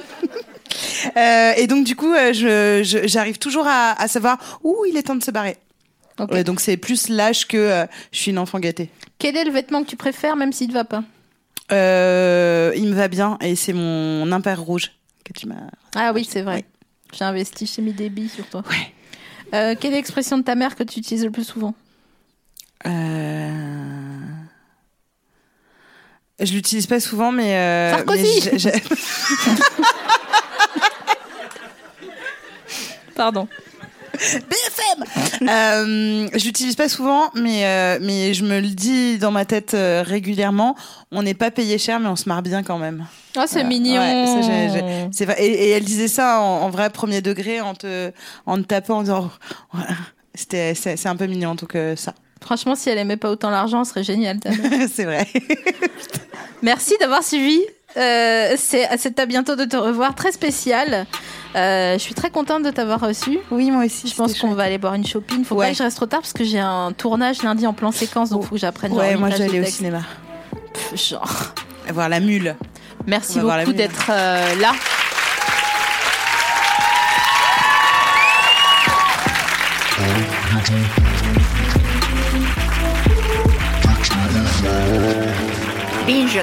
Speaker 3: Euh, et donc, du coup, euh, je- je- j'arrive toujours à, à savoir où il est temps de se barrer.
Speaker 2: Ok.
Speaker 3: Ouais, donc, c'est plus lâche que euh, je suis une enfant gâtée.
Speaker 2: Quel est le vêtement que tu préfères, même s'il ne te va pas
Speaker 3: Euh, il me va bien et c'est mon impair rouge que tu m'as.
Speaker 2: Ah oui, c'est vrai. J'ai investi, j'ai mis des billes sur toi.
Speaker 3: Ouais.
Speaker 2: Euh, quelle est l'expression de ta mère que tu utilises le plus souvent
Speaker 3: Euh... Je l'utilise pas souvent, mais. euh,
Speaker 2: Sarkozy
Speaker 3: mais j'ai- j'ai-
Speaker 2: Pardon.
Speaker 3: Hein. Euh, je l'utilise pas souvent, mais, euh, mais je me le dis dans ma tête euh, régulièrement. On n'est pas payé cher, mais on se marre bien quand même.
Speaker 2: Ah, c'est
Speaker 3: Euh,
Speaker 2: mignon.
Speaker 3: ouais, ça, j'ai- j'ai- c'est vrai. Et, et elle disait ça en, en vrai premier degré, en te, en te tapant, en disant. Oh, ouais. C'était, c'est, c'est un peu mignon, en tout cas, ça.
Speaker 2: Franchement, si elle aimait pas autant l'argent, ce serait génial. ta mère.
Speaker 3: c'est vrai.
Speaker 2: Merci d'avoir suivi. Euh, c'est c'est à bientôt de te revoir, très spécial. Euh, je suis très contente de t'avoir reçu.
Speaker 3: Oui, moi aussi.
Speaker 2: Je pense
Speaker 3: c'était
Speaker 2: qu'on va aller boire une shopping. Faut
Speaker 3: Ouais. Oh.
Speaker 2: pas que je reste trop tard parce que j'ai un tournage lundi en plan séquence, donc faut que j'apprenne.
Speaker 3: Ouais,
Speaker 2: genre,
Speaker 3: moi
Speaker 2: une
Speaker 3: j'allais
Speaker 2: page de
Speaker 3: au
Speaker 2: texte.
Speaker 3: cinéma.
Speaker 2: Pff, Genre.
Speaker 3: Voir la mule.
Speaker 2: Merci
Speaker 3: On va voir la
Speaker 2: beaucoup
Speaker 3: vidéo.
Speaker 2: d'être euh, là.
Speaker 4: Binge.